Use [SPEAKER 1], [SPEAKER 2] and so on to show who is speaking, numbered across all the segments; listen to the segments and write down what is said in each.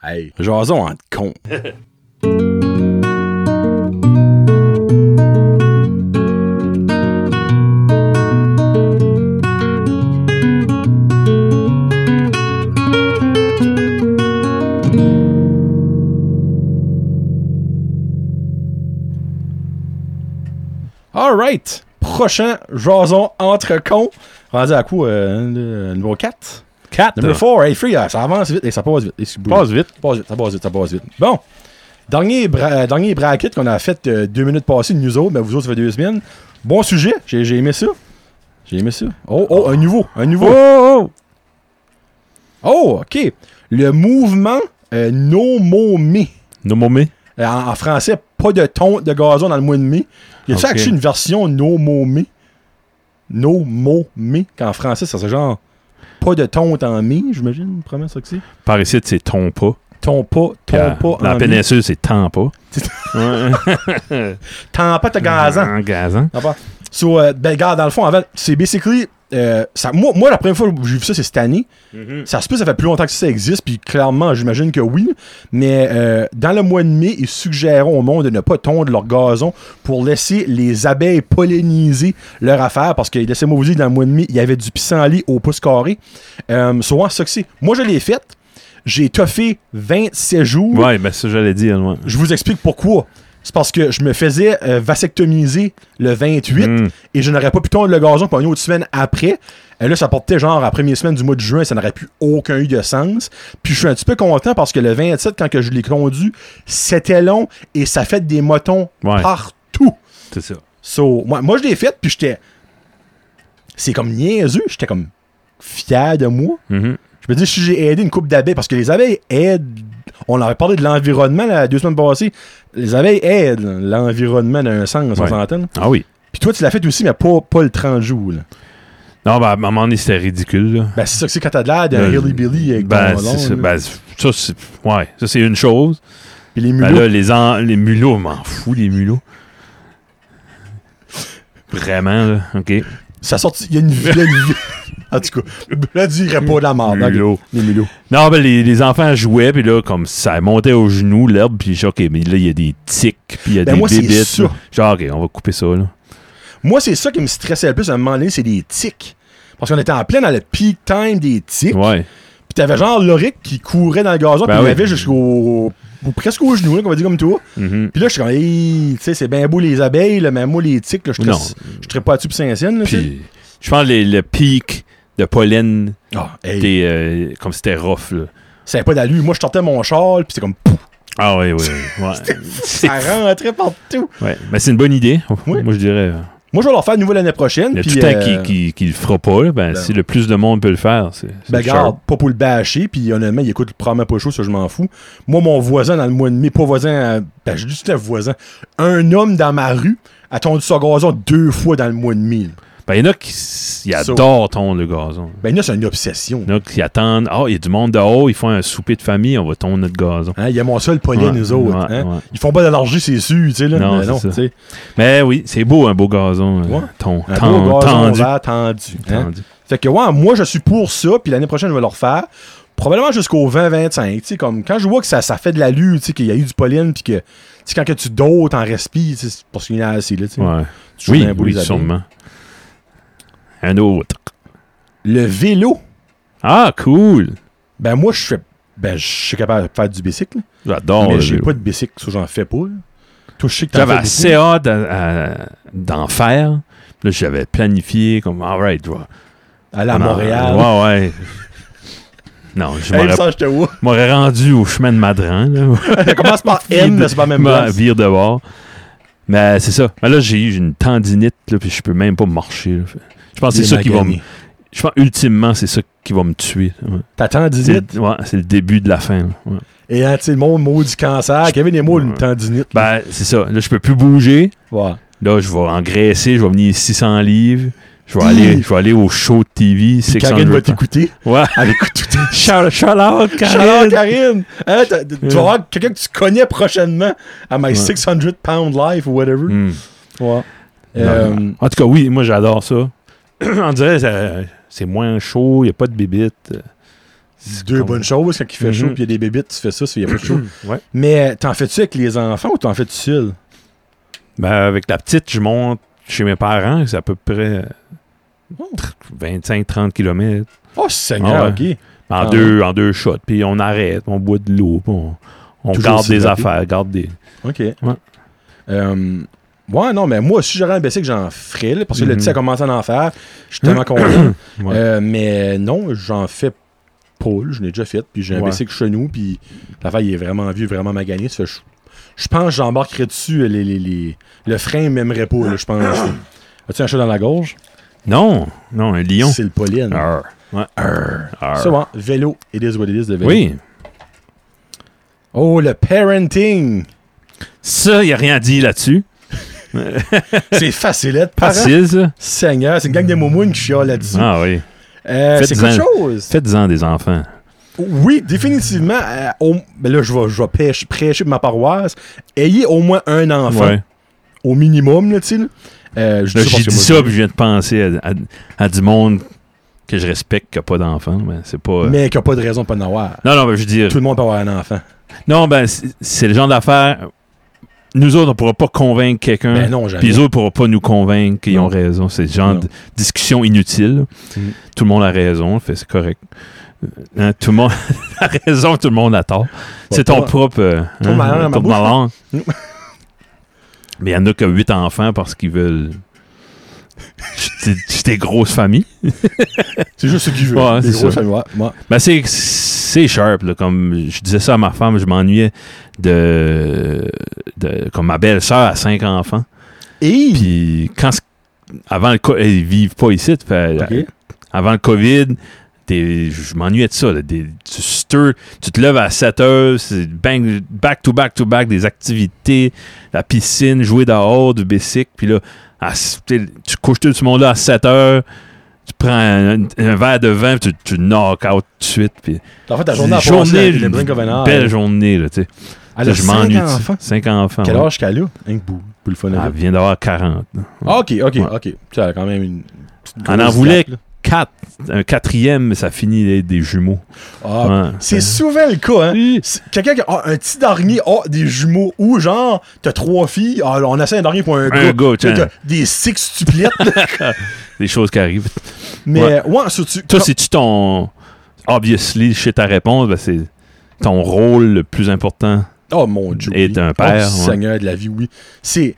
[SPEAKER 1] Hey, jason en con. All right. Prochain jason entre cons. Rendu à coup euh, le numéro 4.
[SPEAKER 2] 4.
[SPEAKER 1] Number 4, hey, free, ça avance vite et ça passe vite. Et c'est-
[SPEAKER 2] Passe vite.
[SPEAKER 1] Ça passe vite, ça passe vite, ça passe vite. Bon. Dernier, bra- euh, dernier bracket qu'on a fait euh, deux minutes passées, nous autres, mais vous autres, ça fait deux semaines. Bon sujet, j'ai j'ai aimé ça. J'ai aimé ça. Oh, oh, un nouveau, un nouveau.
[SPEAKER 2] Oh, oh.
[SPEAKER 1] Oh, ok. Le mouvement euh, No More Me.
[SPEAKER 2] Nomomé.
[SPEAKER 1] Euh, En, en français, pas de tonte de gazon dans le mois de mai. Y a-tu
[SPEAKER 2] Ok.
[SPEAKER 1] actually une version No More Me? No More Me, qu'en français, ça c'est genre pas de tonte en mai, j'imagine, probablement ça que c'est.
[SPEAKER 2] Par ici, c'est ton pas.
[SPEAKER 1] Ton pas, ton
[SPEAKER 2] Puis à-
[SPEAKER 1] pas
[SPEAKER 2] Dans
[SPEAKER 1] en
[SPEAKER 2] la
[SPEAKER 1] mai.
[SPEAKER 2] péninsule, c'est ton pas.
[SPEAKER 1] T'en pas de gazon.
[SPEAKER 2] En gazant.
[SPEAKER 1] D'accord. So, euh, ben, regarde, dans le fond, avant, c'est basically. euh, ça, moi, moi, la première fois que j'ai vu ça, c'est cette année. Ça se peut, ça fait plus longtemps que ça existe, puis clairement, j'imagine que oui. Mais euh, dans le mois de mai, ils suggéreront au monde de ne pas tondre leur gazon pour laisser les abeilles polliniser leur affaire, parce que, laissez-moi vous dire, dans le mois de mai, il y avait du pissenlit au pouce carré. Euh, souvent, c'est ça que c'est. Moi, je l'ai fait. J'ai toffé 27 jours.
[SPEAKER 2] Ouais, ben ça, j'allais dire. ouais.
[SPEAKER 1] Je vous explique pourquoi. C'est parce que je me faisais euh, vasectomiser le 28
[SPEAKER 2] Mm.
[SPEAKER 1] et je n'aurais pas pu tondre le gazon pendant une autre semaine après. Et là, ça portait genre à la première semaine du mois de juin, ça n'aurait plus aucun eu de sens. Puis je suis un petit peu content parce que le 27, quand que je l'ai conduit, c'était long et ça fait des motons
[SPEAKER 2] Ouais.
[SPEAKER 1] partout.
[SPEAKER 2] C'est ça.
[SPEAKER 1] So, moi, moi je l'ai fait, puis j'étais. C'est comme niaiseux, j'étais comme fier de moi.
[SPEAKER 2] Mhm.
[SPEAKER 1] Je me dis, si j'ai aidé une coupe d'abeilles, parce que les abeilles aident. On avait parlé de l'environnement la deux semaines passées. Les abeilles aident l'environnement d'un sens, on
[SPEAKER 2] Ouais.
[SPEAKER 1] s'entend.
[SPEAKER 2] Ah oui.
[SPEAKER 1] Puis toi, tu l'as fait aussi, mais pas, pas le 30 jours. là.
[SPEAKER 2] Non, ben, à un moment donné, c'était ridicule. Là.
[SPEAKER 1] Ben, c'est ça que c'est quand t'as de l'air d'un
[SPEAKER 2] Ben,
[SPEAKER 1] Hilly Billy avec
[SPEAKER 2] Ben,
[SPEAKER 1] ton
[SPEAKER 2] c'est
[SPEAKER 1] ballon,
[SPEAKER 2] ça,
[SPEAKER 1] là.
[SPEAKER 2] ben, ça, c'est, ouais, ça, c'est une chose.
[SPEAKER 1] Puis les
[SPEAKER 2] Ben
[SPEAKER 1] mulots.
[SPEAKER 2] là, les, en- les mulots, on m'en fous, les mulots. Vraiment, là. OK.
[SPEAKER 1] ça sort. Il y a une vieille. en tout cas, là, tu dirais pas de la mort.
[SPEAKER 2] Mulots.
[SPEAKER 1] Les mulots.
[SPEAKER 2] Non, ben, les, les enfants jouaient, puis là, comme ça montait aux genoux, l'herbe, puis je OK, mais là, il y a des tics, puis il y a
[SPEAKER 1] Ben,
[SPEAKER 2] des
[SPEAKER 1] moi, c'est
[SPEAKER 2] bébites,
[SPEAKER 1] ça.
[SPEAKER 2] là. Genre, OK, on va couper ça, là.
[SPEAKER 1] Moi, c'est ça qui me stressait le plus à un moment donné, c'est les tics. Parce qu'on était en plein dans le peak time des tics.
[SPEAKER 2] Ouais.
[SPEAKER 1] Puis t'avais genre Loric qui courait dans le gazon,
[SPEAKER 2] Ben
[SPEAKER 1] puis il
[SPEAKER 2] oui.
[SPEAKER 1] avait jusqu'au. ou presque aux genoux, là, qu'on va dire comme toi.
[SPEAKER 2] Mhm.
[SPEAKER 1] Puis là, je suis comme, hey, tu sais, c'est bien beau les abeilles, là, mais moi, les tiques, là, je
[SPEAKER 2] Non.
[SPEAKER 1] traite- je traite pas à dessus pour Saint-Saëns. là, tu sais.
[SPEAKER 2] Puis, je pense les- le pic de pollen,
[SPEAKER 1] Ah, hey,
[SPEAKER 2] c'était euh, comme c'était rough, là.
[SPEAKER 1] ça avait pas d'allure. Moi, je sortais mon châle, puis c'est comme, pouf,
[SPEAKER 2] Ah oui, oui, oui. Ouais. C'est-
[SPEAKER 1] ça rentrait partout.
[SPEAKER 2] ouais. Mais c'est une bonne idée.
[SPEAKER 1] Oui.
[SPEAKER 2] Moi, je dirais. euh,
[SPEAKER 1] Moi, je vais leur faire une nouvelle l'année prochaine.
[SPEAKER 2] Il y a
[SPEAKER 1] puis,
[SPEAKER 2] tout le temps
[SPEAKER 1] euh,
[SPEAKER 2] qui, qui, qui le fera pas. là, Ben,
[SPEAKER 1] ben,
[SPEAKER 2] si le plus de monde peut le faire, c'est. c'est
[SPEAKER 1] Ben,
[SPEAKER 2] sharp.
[SPEAKER 1] garde, pas pour le bâcher, puis honnêtement, il écoute probablement pas chaud, ça, je m'en fous. Moi, mon voisin, dans le mois de mai, pas voisin, euh, ben, je dis tout le temps voisin, un homme dans ma rue a tondu son gazon deux fois dans le mois de mai. là.
[SPEAKER 2] Ben, il y en a qui s- ils
[SPEAKER 1] So-
[SPEAKER 2] adorent tondre le gazon.
[SPEAKER 1] Ben, là, c'est une obsession.
[SPEAKER 2] Il y en a qui attendent. Ah, il y a du monde dehors, ils font un souper de famille, on va tondre notre gazon.
[SPEAKER 1] Hein, il y a mon seul pollen,
[SPEAKER 2] Ouais,
[SPEAKER 1] nous autres.
[SPEAKER 2] ouais,
[SPEAKER 1] hein.
[SPEAKER 2] ouais.
[SPEAKER 1] Ils font pas d'allergie, c'est sûr, tu sais, là.
[SPEAKER 2] Non,
[SPEAKER 1] mais
[SPEAKER 2] c'est
[SPEAKER 1] non,
[SPEAKER 2] ça.
[SPEAKER 1] tu sais.
[SPEAKER 2] Mais oui, c'est beau un beau gazon. euh,
[SPEAKER 1] Ouais.
[SPEAKER 2] ton-
[SPEAKER 1] Un
[SPEAKER 2] ten-
[SPEAKER 1] beau gazon
[SPEAKER 2] tendu.
[SPEAKER 1] vert tendu. hein.
[SPEAKER 2] Tendu.
[SPEAKER 1] Fait que ouais, moi je suis pour ça, puis l'année prochaine je vais le refaire. Probablement jusqu'au 20-25. tu sais, Comme quand je vois que ça, ça fait de la lue, tu sais, qu'il y a eu du pollen, puis que tu sais, quand que tu dors, t'en respires, tu sais, c'est parce qu'il y en a assez. Là, tu sais.
[SPEAKER 2] Ouais.
[SPEAKER 1] Tu
[SPEAKER 2] Oui,
[SPEAKER 1] choisis hein? un bout
[SPEAKER 2] oui,
[SPEAKER 1] des abeilles.
[SPEAKER 2] sûrement. Un autre.
[SPEAKER 1] Le vélo,
[SPEAKER 2] Ah, cool.
[SPEAKER 1] ben moi je fais. Ben je suis capable de faire du bicycle,
[SPEAKER 2] J'adore.
[SPEAKER 1] mais
[SPEAKER 2] Oh, le
[SPEAKER 1] j'ai
[SPEAKER 2] vélo.
[SPEAKER 1] pas de bicycle, ça j'en fais pas. là. Toi, je sais que t'en
[SPEAKER 2] J'avais
[SPEAKER 1] fais beaucoup.
[SPEAKER 2] assez hâte à- à- d'en faire. Là, j'avais planifié comme, alright, right,
[SPEAKER 1] Aller à
[SPEAKER 2] Non,
[SPEAKER 1] Montréal.
[SPEAKER 2] Ouais, ouais. Non, Ah, je
[SPEAKER 1] Hey,
[SPEAKER 2] m'aurais-
[SPEAKER 1] ça, je te vois.
[SPEAKER 2] m'aurais rendu au chemin de Madran. là.
[SPEAKER 1] Ça commence par M, mais c'est pas la même
[SPEAKER 2] Ma-
[SPEAKER 1] place.
[SPEAKER 2] vire de bord. Mais c'est ça. Mais là, j'ai eu une tendinite, là, puis je peux même pas marcher. là. Je pense que Ah, c'est ça qui va me. Je pense ultimement, c'est ça qui va me tuer. Ouais.
[SPEAKER 1] T'attends 10
[SPEAKER 2] C'est le, ouais, c'est le début de la fin. là. Ouais.
[SPEAKER 1] Et hein, tu sais, le monde mot du cancer, Kevin et moi, une tendinite. là.
[SPEAKER 2] Ben, c'est ça. Là, je peux plus bouger.
[SPEAKER 1] Ouais.
[SPEAKER 2] Là, je vais engraisser. Je vais venir 600 livres. Je vais aller, je vais aller au show de TV. 600
[SPEAKER 1] Karine va t'écouter.
[SPEAKER 2] Ouais.
[SPEAKER 1] Elle écoute tout à
[SPEAKER 2] Shout- shout
[SPEAKER 1] Chaleur,
[SPEAKER 2] out, Karine.
[SPEAKER 1] Karine! Hein, t'as- tu vas voir quelqu'un que tu connais prochainement à My 600 Pound Life ou whatever.
[SPEAKER 2] Hmm.
[SPEAKER 1] Ouais.
[SPEAKER 2] Non,
[SPEAKER 1] Euh,
[SPEAKER 2] non. En tout cas, oui, euh, moi j'adore ça. On dirait que ça- c'est moins chaud, il n'y a pas de bibite. C'est
[SPEAKER 1] deux
[SPEAKER 2] comme-
[SPEAKER 1] bonnes choses. Quand il fait chaud,
[SPEAKER 2] Mhm.
[SPEAKER 1] puis il y a des bébites, tu fais ça, il y a pas de chaud.
[SPEAKER 2] Ouais.
[SPEAKER 1] Mais euh, t'en fais-tu avec les enfants ou t'en fais-tu seul?
[SPEAKER 2] Ben, avec la petite, je monte chez mes parents, c'est à peu près
[SPEAKER 1] Oh.
[SPEAKER 2] 25-30 km.
[SPEAKER 1] Oh, Seigneur,
[SPEAKER 2] Ah
[SPEAKER 1] ok. Ah.
[SPEAKER 2] En, deux, en deux shots. Puis on arrête, on boit de l'eau, puis on, on
[SPEAKER 1] Toujours
[SPEAKER 2] garde
[SPEAKER 1] aussi
[SPEAKER 2] des
[SPEAKER 1] rapide.
[SPEAKER 2] affaires, garde des.
[SPEAKER 1] Ok. Euh, ouais, non, mais moi, si j'aurais un bicycle, j'en ferais, là, parce que le
[SPEAKER 2] Mhm.
[SPEAKER 1] petit a commencé à en faire. Je suis
[SPEAKER 2] Mm-hmm.
[SPEAKER 1] tellement content.
[SPEAKER 2] Ouais.
[SPEAKER 1] Euh, mais non, j'en fais pas, là, je l'ai déjà fait. Puis j'ai un
[SPEAKER 2] Ouais.
[SPEAKER 1] bicycle chez nous, puis l'affaire, il est vraiment vieux, vraiment magané. Ça fait, Je je pense que j'embarquerais dessus, euh, les, les, les- le frein m'aimerait pas, là, je pense. As-tu un chat dans la gorge?
[SPEAKER 2] Non, non, un lion.
[SPEAKER 1] C'est le Pauline.
[SPEAKER 2] Arr. Ouais. Arr.
[SPEAKER 1] Ça va, vélo. It is what it is, le vélo.
[SPEAKER 2] Oui.
[SPEAKER 1] Oh, le parenting!
[SPEAKER 2] Ça, il n'y a rien à dire là-dessus.
[SPEAKER 1] C'est facile d'être parent.
[SPEAKER 2] Facile, ça.
[SPEAKER 1] Seigneur, c'est une gang de momounes qui chiale là-dessus.
[SPEAKER 2] Ah oui.
[SPEAKER 1] Euh, c'est quelque
[SPEAKER 2] Faites-en.
[SPEAKER 1] chose.
[SPEAKER 2] Faites-en des enfants.
[SPEAKER 1] Oui, définitivement. euh, au- ben là, je vais, je vais pêche- prêcher pour ma paroisse. Ayez au moins un enfant,
[SPEAKER 2] ouais.
[SPEAKER 1] au minimum, là, tu sais. là. Euh, je
[SPEAKER 2] Là,
[SPEAKER 1] dis ça parce
[SPEAKER 2] j'ai
[SPEAKER 1] que
[SPEAKER 2] dit
[SPEAKER 1] moi,
[SPEAKER 2] ça, puis je viens de penser à, à- à du monde que je respecte qui n'a pas d'enfants. Mais c'est pas.
[SPEAKER 1] je- Mais qu'il n'y a pas de raison de pas en avoir.
[SPEAKER 2] Non, non, ben, je veux dire.
[SPEAKER 1] Tout le monde peut avoir un enfant.
[SPEAKER 2] Non, ben, c'est c'est le genre d'affaire. Nous autres, on ne pourra pas convaincre quelqu'un.
[SPEAKER 1] Ben non, jamais.
[SPEAKER 2] Puis les autres ne pourront pas nous convaincre qu'ils
[SPEAKER 1] Non.
[SPEAKER 2] ont raison. C'est le genre
[SPEAKER 1] Non.
[SPEAKER 2] de discussion inutile.
[SPEAKER 1] Mhm.
[SPEAKER 2] Tout le monde a raison, fait c'est correct. Euh, hein, tout le monde a raison, tout le monde a tort. c'est ton
[SPEAKER 1] toi-
[SPEAKER 2] propre. euh,
[SPEAKER 1] toi, ma langue dans ma
[SPEAKER 2] tourne
[SPEAKER 1] bouche, là. Mm.
[SPEAKER 2] langue. Mais il y en a que huit enfants parce qu'ils veulent. C'est c'est des grosses familles.
[SPEAKER 1] C'est juste ce qu'il veut.
[SPEAKER 2] Ouais,
[SPEAKER 1] Les
[SPEAKER 2] c'est
[SPEAKER 1] gros,
[SPEAKER 2] ça.
[SPEAKER 1] me va. Moi,
[SPEAKER 2] Ben c'est, c'est sharp, là, comme je disais ça à ma femme, je m'ennuyais de, de comme ma belle-sœur a cinq enfants.
[SPEAKER 1] Et.
[SPEAKER 2] Puis quand ce- avant le co- ils vivent pas ici, fait-
[SPEAKER 1] Ok.
[SPEAKER 2] avant le COVID, t'es- je m'ennuyais de ça. là, des- tu stir, tu te lèves à 7 heures, c'est bang- back to back to back, des activités, la piscine, jouer dehors, du bicycle, puis là, à s- t'es- tu couches tout ce monde-là à 7 heures, tu prends un, un verre de vin, puis tu, tu knock out tout de suite, puis
[SPEAKER 1] En fait, ta journée à
[SPEAKER 2] c'est
[SPEAKER 1] passer,
[SPEAKER 2] une
[SPEAKER 1] le Brink of an Hour,
[SPEAKER 2] belle journée, là, tu sais.
[SPEAKER 1] Elle a
[SPEAKER 2] je
[SPEAKER 1] cinq
[SPEAKER 2] m'ennuie.
[SPEAKER 1] enfants.
[SPEAKER 2] Cinq enfants.
[SPEAKER 1] Quel
[SPEAKER 2] ouais.
[SPEAKER 1] âge qu'elle a? Un bout. Pour le fun.
[SPEAKER 2] Elle
[SPEAKER 1] avec.
[SPEAKER 2] vient d'avoir 40.
[SPEAKER 1] Ah, ok, ok,
[SPEAKER 2] Ouais.
[SPEAKER 1] ok. Tu as quand même une. petite
[SPEAKER 2] On en
[SPEAKER 1] grosse
[SPEAKER 2] voulait.
[SPEAKER 1] gap, là.
[SPEAKER 2] Quatre, un quatrième, mais ça finit les- des jumeaux.
[SPEAKER 1] Ah,
[SPEAKER 2] Ouais.
[SPEAKER 1] C'est souvent le cas, hein? C'est- Quelqu'un qui a un petit dernier, ah, des jumeaux, ou genre, t'as trois filles, ah, on essaie un dernier pour un,
[SPEAKER 2] Un gars,
[SPEAKER 1] T'as-
[SPEAKER 2] tiens.
[SPEAKER 1] t'as des sextuplettes.
[SPEAKER 2] Des choses qui arrivent.
[SPEAKER 1] mais, ouais, ça, tu-
[SPEAKER 2] Toi, c'est-tu ton. Obviously, chez ta réponse, ben, c'est ton rôle le plus important.
[SPEAKER 1] Oh mon dieu.
[SPEAKER 2] Et
[SPEAKER 1] oui.
[SPEAKER 2] d'un père,
[SPEAKER 1] Oh,
[SPEAKER 2] ouais.
[SPEAKER 1] Seigneur de la vie, oui. C'est.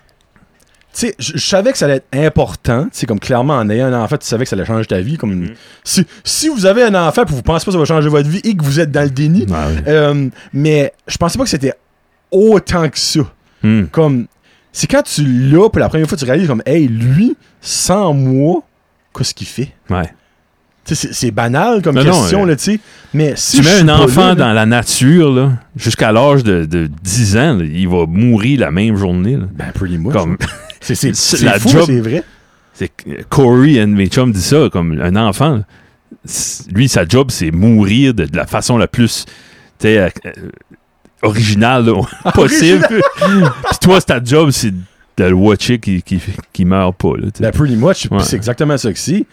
[SPEAKER 1] Tu sais, je je savais que ça allait être important. Tu sais, comme clairement, en ayant un enfant, tu savais que ça allait changer ta vie. Comme
[SPEAKER 2] Mhm.
[SPEAKER 1] si, si vous avez un enfant et vous pensez pas que ça va changer votre vie et que vous êtes dans le déni,
[SPEAKER 2] Ah ouais.
[SPEAKER 1] euh, mais je pensais pas que c'était autant que ça.
[SPEAKER 2] Hmm.
[SPEAKER 1] comme c'est quand tu l'as pour la première fois tu réalises comme hey lui sans moi qu'est-ce qu'il fait
[SPEAKER 2] Hmm, Ouais.
[SPEAKER 1] Tu sais, c'est c'est banal comme
[SPEAKER 2] Non, non,
[SPEAKER 1] question
[SPEAKER 2] euh,
[SPEAKER 1] là tu sais mais si
[SPEAKER 2] Tu mets
[SPEAKER 1] je suis
[SPEAKER 2] un
[SPEAKER 1] pas
[SPEAKER 2] enfant
[SPEAKER 1] là, là,
[SPEAKER 2] dans la nature, là, jusqu'à l'âge de, de 10 ans, là, il va mourir la même journée. là.
[SPEAKER 1] ben pretty much
[SPEAKER 2] Comme,
[SPEAKER 1] c'est c'est
[SPEAKER 2] c'est
[SPEAKER 1] c'est
[SPEAKER 2] la
[SPEAKER 1] fou
[SPEAKER 2] job.
[SPEAKER 1] c'est vrai
[SPEAKER 2] C'est que Corey and mes chums dit ça comme un enfant. C'est- Lui, sa job, c'est mourir de, de la façon la plus tu sais, euh, euh, originale là, possible. Puis toi, c'est ta job, c'est de le watcher qui, qui, qui meurt pas. Là, tu sais.
[SPEAKER 1] ben pretty much puis
[SPEAKER 2] Ouais.
[SPEAKER 1] c'est exactement ça que c'est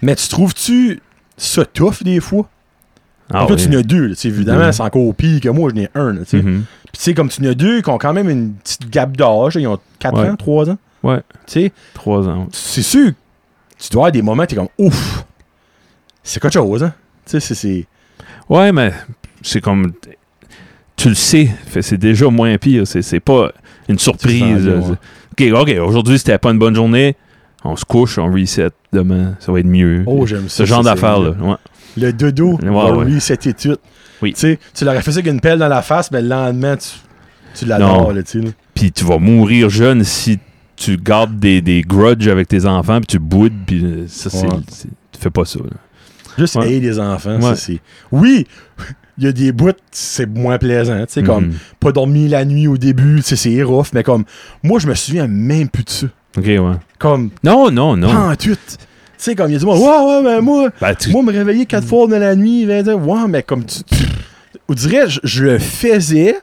[SPEAKER 1] mais tu trouves-tu ça tough des fois
[SPEAKER 2] Ah
[SPEAKER 1] toi
[SPEAKER 2] oui. Mm-hmm.
[SPEAKER 1] tu n'as deux là, tu sais, évidemment
[SPEAKER 2] Deux.
[SPEAKER 1] c'est encore pire que moi je n'ai un là, tu sais
[SPEAKER 2] Mhm.
[SPEAKER 1] puis tu sais comme tu n'as deux qui ont quand même une petite gap d'âge là, ils ont 4
[SPEAKER 2] Ouais.
[SPEAKER 1] ans 3 ans
[SPEAKER 2] Ouais.
[SPEAKER 1] tu sais
[SPEAKER 2] Trois ans.
[SPEAKER 1] c'est sûr, tu dois avoir des moments, t'es comme ouf, c'est quelque chose, hein. Tu sais, c'est- c'est.
[SPEAKER 2] Ouais, mais c'est comme. Tu le sais, Fait, c'est déjà moins pire. C'est, c'est pas une surprise.
[SPEAKER 1] bien,
[SPEAKER 2] là. Ok, ok, aujourd'hui, c'était pas une bonne journée. On se couche, on reset. Demain, ça va être mieux.
[SPEAKER 1] Oh, j'aime ça.
[SPEAKER 2] Ce genre
[SPEAKER 1] ça, c'est-
[SPEAKER 2] d'affaires-là. ouais.
[SPEAKER 1] Le dodo,
[SPEAKER 2] Ouais,
[SPEAKER 1] va
[SPEAKER 2] ouais.
[SPEAKER 1] lui, cette étude.
[SPEAKER 2] Oui.
[SPEAKER 1] Tu sais, tu l'aurais fait ça avec une pelle dans la face, mais le lendemain, tu, tu l'adores,
[SPEAKER 2] Non.
[SPEAKER 1] là, tu sais. là.
[SPEAKER 2] Puis tu vas mourir jeune si tu gardes des, des grudges avec tes enfants, puis tu boudes, puis euh, ça, c'est,
[SPEAKER 1] Ouais.
[SPEAKER 2] c'est- Tu fais pas ça. là.
[SPEAKER 1] Juste
[SPEAKER 2] Ouais.
[SPEAKER 1] aider les enfants, ça,
[SPEAKER 2] Ouais.
[SPEAKER 1] c'est. Oui! Il y a des bouts, c'est moins plaisant. Tu sais, comme
[SPEAKER 2] Mhm.
[SPEAKER 1] pas dormir la nuit au début, tu sais, c'est rough, mais comme. Moi, je me souviens même plus de ça.
[SPEAKER 2] Ok, ouais.
[SPEAKER 1] Comme,
[SPEAKER 2] Non, non, non.
[SPEAKER 1] 38. Tu sais, comme il y a du monde, ouais, ouais, mais moi,
[SPEAKER 2] Ben, tu-
[SPEAKER 1] Moi, me réveiller quatre fois dans la nuit, 20 heures, ouais, mais comme tu. tu- on dirait, je, je le faisais.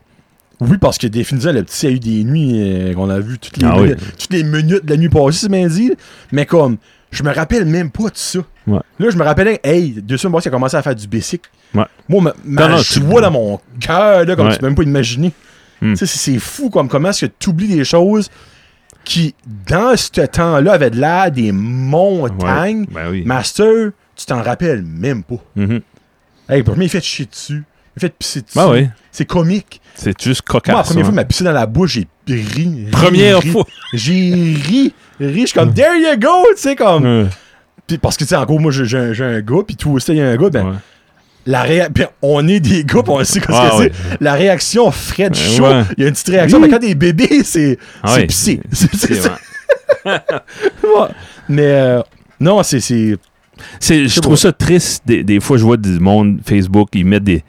[SPEAKER 1] Oui, parce que définitivement, le petit a eu des nuits euh, qu'on a vu toutes les,
[SPEAKER 2] Ah oui.
[SPEAKER 1] minutes, toutes les minutes de la nuit passée, c'est bien dit. Mais comme, je me rappelle même pas de ça.
[SPEAKER 2] Ouais.
[SPEAKER 1] Là, je me rappelais, hey, deux semaines passées, il a commencé à faire du basic.
[SPEAKER 2] Ouais.
[SPEAKER 1] Moi, ma, ma
[SPEAKER 2] Non, non,
[SPEAKER 1] joie
[SPEAKER 2] tu-
[SPEAKER 1] dans mon cœur, là, comme
[SPEAKER 2] Ouais.
[SPEAKER 1] tu peux même pas imaginer.
[SPEAKER 2] Hmm.
[SPEAKER 1] Tu sais, c'est c'est fou comme comment est-ce que tu oublies des choses qui, dans ce temps-là, avaient de l'air des montagnes.
[SPEAKER 2] Ouais. Ben oui.
[SPEAKER 1] Master, tu t'en rappelles même pas.
[SPEAKER 2] Mhm.
[SPEAKER 1] Hey, pour moi, il fait chier dessus. Il fait pisser dessus.
[SPEAKER 2] Ben oui.
[SPEAKER 1] C'est comique.
[SPEAKER 2] C'est juste
[SPEAKER 1] Moi, la
[SPEAKER 2] cocasse.
[SPEAKER 1] première
[SPEAKER 2] hein.
[SPEAKER 1] fois, il m'a pissé dans la bouche, j'ai ri, ri.
[SPEAKER 2] Première
[SPEAKER 1] ri.
[SPEAKER 2] fois. Mm.
[SPEAKER 1] J'ai ri. Ri, je suis comme, there you go, tu sais, comme.
[SPEAKER 2] Ouais.
[SPEAKER 1] Puis parce que, tu sais, en gros, moi, j'ai- j'ai un- j'ai un gars, puis toi aussi, il y a un gars, ben,
[SPEAKER 2] Ouais.
[SPEAKER 1] la réa- puis on est des gars, puis on sait qu'est-ce
[SPEAKER 2] Ah,
[SPEAKER 1] que
[SPEAKER 2] ouais.
[SPEAKER 1] c'est. La réaction Fred
[SPEAKER 2] Ouais,
[SPEAKER 1] chaud,
[SPEAKER 2] ouais.
[SPEAKER 1] il y a une petite réaction,
[SPEAKER 2] Oui.
[SPEAKER 1] mais quand t'es bébé, c'est
[SPEAKER 2] Ah
[SPEAKER 1] c'est
[SPEAKER 2] ouais.
[SPEAKER 1] pissé. C'est- c'est-
[SPEAKER 2] C'est-
[SPEAKER 1] c'est- ouais. Mais euh, non, c'est- c'est.
[SPEAKER 2] C'est, je
[SPEAKER 1] C'est
[SPEAKER 2] trouve
[SPEAKER 1] vrai.
[SPEAKER 2] ça triste. Des, des fois, je vois du monde Facebook, ils mettent des.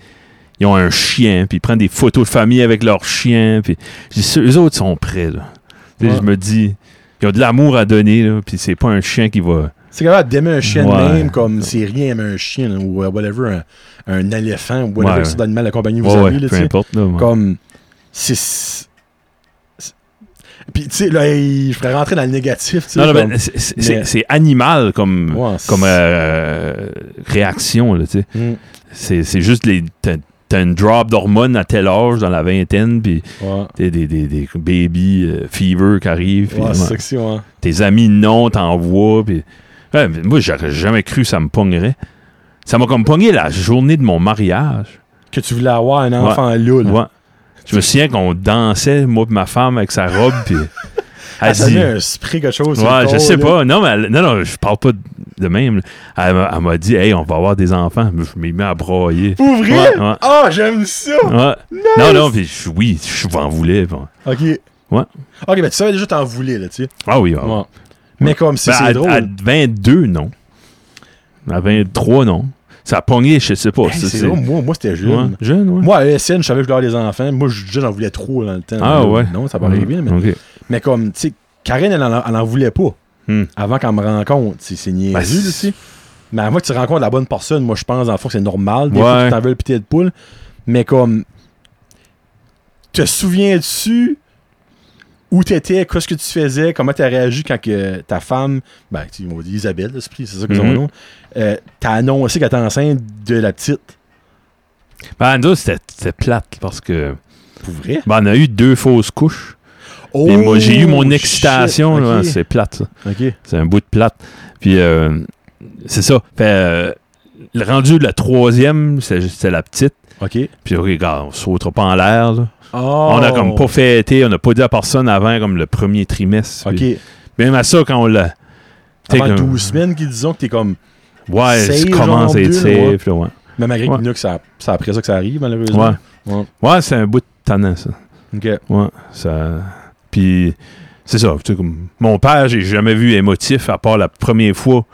[SPEAKER 2] Ils ont un chien, puis ils prennent des photos de famille avec leur chien. Puis je dis, eux autres sont prêts. Là. Tu sais,
[SPEAKER 1] Ouais.
[SPEAKER 2] Je me dis, ils ont de l'amour à donner, là, puis c'est pas un chien qui va.
[SPEAKER 1] C'est capable d'aimer un chien
[SPEAKER 2] Ouais.
[SPEAKER 1] de même, comme c'est rien, mais un chien, là, ou euh, whatever, un, un éléphant, ou whatever,
[SPEAKER 2] Ouais,
[SPEAKER 1] que c'est
[SPEAKER 2] ouais.
[SPEAKER 1] d'animal de compagnie vous
[SPEAKER 2] Ouais,
[SPEAKER 1] avez,
[SPEAKER 2] ouais,
[SPEAKER 1] là, tu
[SPEAKER 2] peu
[SPEAKER 1] sais.
[SPEAKER 2] importe. Là, ouais.
[SPEAKER 1] Comme. C'est. c'est- Puis, tu sais, là, il- je pourrais rentrer dans le négatif, tu sais.
[SPEAKER 2] Non, non,
[SPEAKER 1] comme-
[SPEAKER 2] mais c'est, c'est-
[SPEAKER 1] mais-
[SPEAKER 2] c'est- c'est animal comme,
[SPEAKER 1] Ouais, c'est-
[SPEAKER 2] comme euh, réaction. Là, tu sais.
[SPEAKER 1] Mm.
[SPEAKER 2] c'est, c'est juste les. T'as, t'as une drop d'hormones à tel âge, dans la vingtaine, puis
[SPEAKER 1] Ouais.
[SPEAKER 2] t'as des, des, des baby euh, fever qui arrivent. puis
[SPEAKER 1] Ouais,
[SPEAKER 2] ouais.
[SPEAKER 1] c'est sexy, ouais.
[SPEAKER 2] tes amis non t'envoient puis Ouais, mais moi j'aurais jamais cru que ça me pognerait ça m'a comme pogné la journée de mon mariage
[SPEAKER 1] Que tu voulais avoir un enfant loul.
[SPEAKER 2] ouais. je me souviens qu'on dansait moi et ma femme avec sa robe puis
[SPEAKER 1] Elle
[SPEAKER 2] elle dit
[SPEAKER 1] Ah, un spray, quelque chose. sur
[SPEAKER 2] ouais
[SPEAKER 1] le
[SPEAKER 2] je
[SPEAKER 1] corps,
[SPEAKER 2] sais
[SPEAKER 1] là.
[SPEAKER 2] pas non mais elle- non non je parle pas de même là. elle, m'a- elle m'a dit hey on va avoir des enfants je m'ai mis à broyer
[SPEAKER 1] Pour vrai?
[SPEAKER 2] Ouais, ouais.
[SPEAKER 1] Ah, j'aime ça!
[SPEAKER 2] Ouais. non non puis je- oui je m'en voulais bon.
[SPEAKER 1] Ok.
[SPEAKER 2] Ouais.
[SPEAKER 1] Ok, ben tu savais déjà t'en voulais, là, tu sais.
[SPEAKER 2] ah oui ah oui.
[SPEAKER 1] Mais comme si
[SPEAKER 2] Ben,
[SPEAKER 1] c'est
[SPEAKER 2] à,
[SPEAKER 1] drôle.
[SPEAKER 2] à 22 non à 23 non ça a pogné je sais pas
[SPEAKER 1] Hey,
[SPEAKER 2] ça,
[SPEAKER 1] c'est drôle, moi, moi c'était jeune.
[SPEAKER 2] Ouais. Jeune, ouais.
[SPEAKER 1] Moi, à ESN, je savais que je voulais avoir des enfants. Moi, je- déjà, j'en voulais trop dans le temps.
[SPEAKER 2] Ah
[SPEAKER 1] Là,
[SPEAKER 2] ouais. Ah, Hum.
[SPEAKER 1] Non, ça va arriver. Mais,
[SPEAKER 2] Ok.
[SPEAKER 1] mais comme, tu sais, Karine, elle en, elle en voulait pas.
[SPEAKER 2] Hmm.
[SPEAKER 1] Avant qu'elle me rencontre. C'est- C'est niaiseux,
[SPEAKER 2] Ben,
[SPEAKER 1] là, tu sais. Mais avant que tu rencontres la bonne personne, moi, je pense, en fait, que c'est normal. Des
[SPEAKER 2] Ouais.
[SPEAKER 1] fois, tu t'en veux le pitié de poule. Mais comme, te souviens-tu où t'étais, qu'est-ce que tu faisais, comment t'as réagi quand que ta femme, ben, tu- on dit Isabelle, là, c'est pris, c'est ça que son
[SPEAKER 2] Mhm.
[SPEAKER 1] nom, euh, t'a annoncé qu'elle était enceinte de la petite.
[SPEAKER 2] Ben, nous, c'était c'était plate parce que.
[SPEAKER 1] Pour vrai?
[SPEAKER 2] Ben, on a eu deux fausses couches. Et moi, j'ai eu mon excitation.
[SPEAKER 1] Oh, shit,
[SPEAKER 2] là.
[SPEAKER 1] ok.
[SPEAKER 2] C'est plate, ça.
[SPEAKER 1] Ok.
[SPEAKER 2] C'est un bout de plate. Puis, euh, c'est ça. Fait, euh, le rendu de la troisième, c'est- c'était la petite.
[SPEAKER 1] Ok.
[SPEAKER 2] Puis, ok, regarde, on sautera pas en l'air. là. On a
[SPEAKER 1] Oh.
[SPEAKER 2] comme pas fêté, on n'a pas dit à personne avant comme le premier trimestre.
[SPEAKER 1] Oh. Ok.
[SPEAKER 2] Puis, même à ça, quand on l'a. tu sais,
[SPEAKER 1] Avant
[SPEAKER 2] comme-
[SPEAKER 1] 12 semaines qu'ils disons que t'es comme.
[SPEAKER 2] Ouais,
[SPEAKER 1] save,
[SPEAKER 2] ça commence à être
[SPEAKER 1] genre, deux,
[SPEAKER 2] safe, là, ouais.
[SPEAKER 1] Même malgré
[SPEAKER 2] Ouais.
[SPEAKER 1] qu'il y en a que ça, c'est après ça que ça arrive, malheureusement.
[SPEAKER 2] Ouais.
[SPEAKER 1] Ouais.
[SPEAKER 2] Ouais, c'est un bout de tannant, ça.
[SPEAKER 1] Ok.
[SPEAKER 2] Ouais, ça. Puis, c'est ça. tu sais, comme- mon père, j'ai jamais vu émotif à part la première fois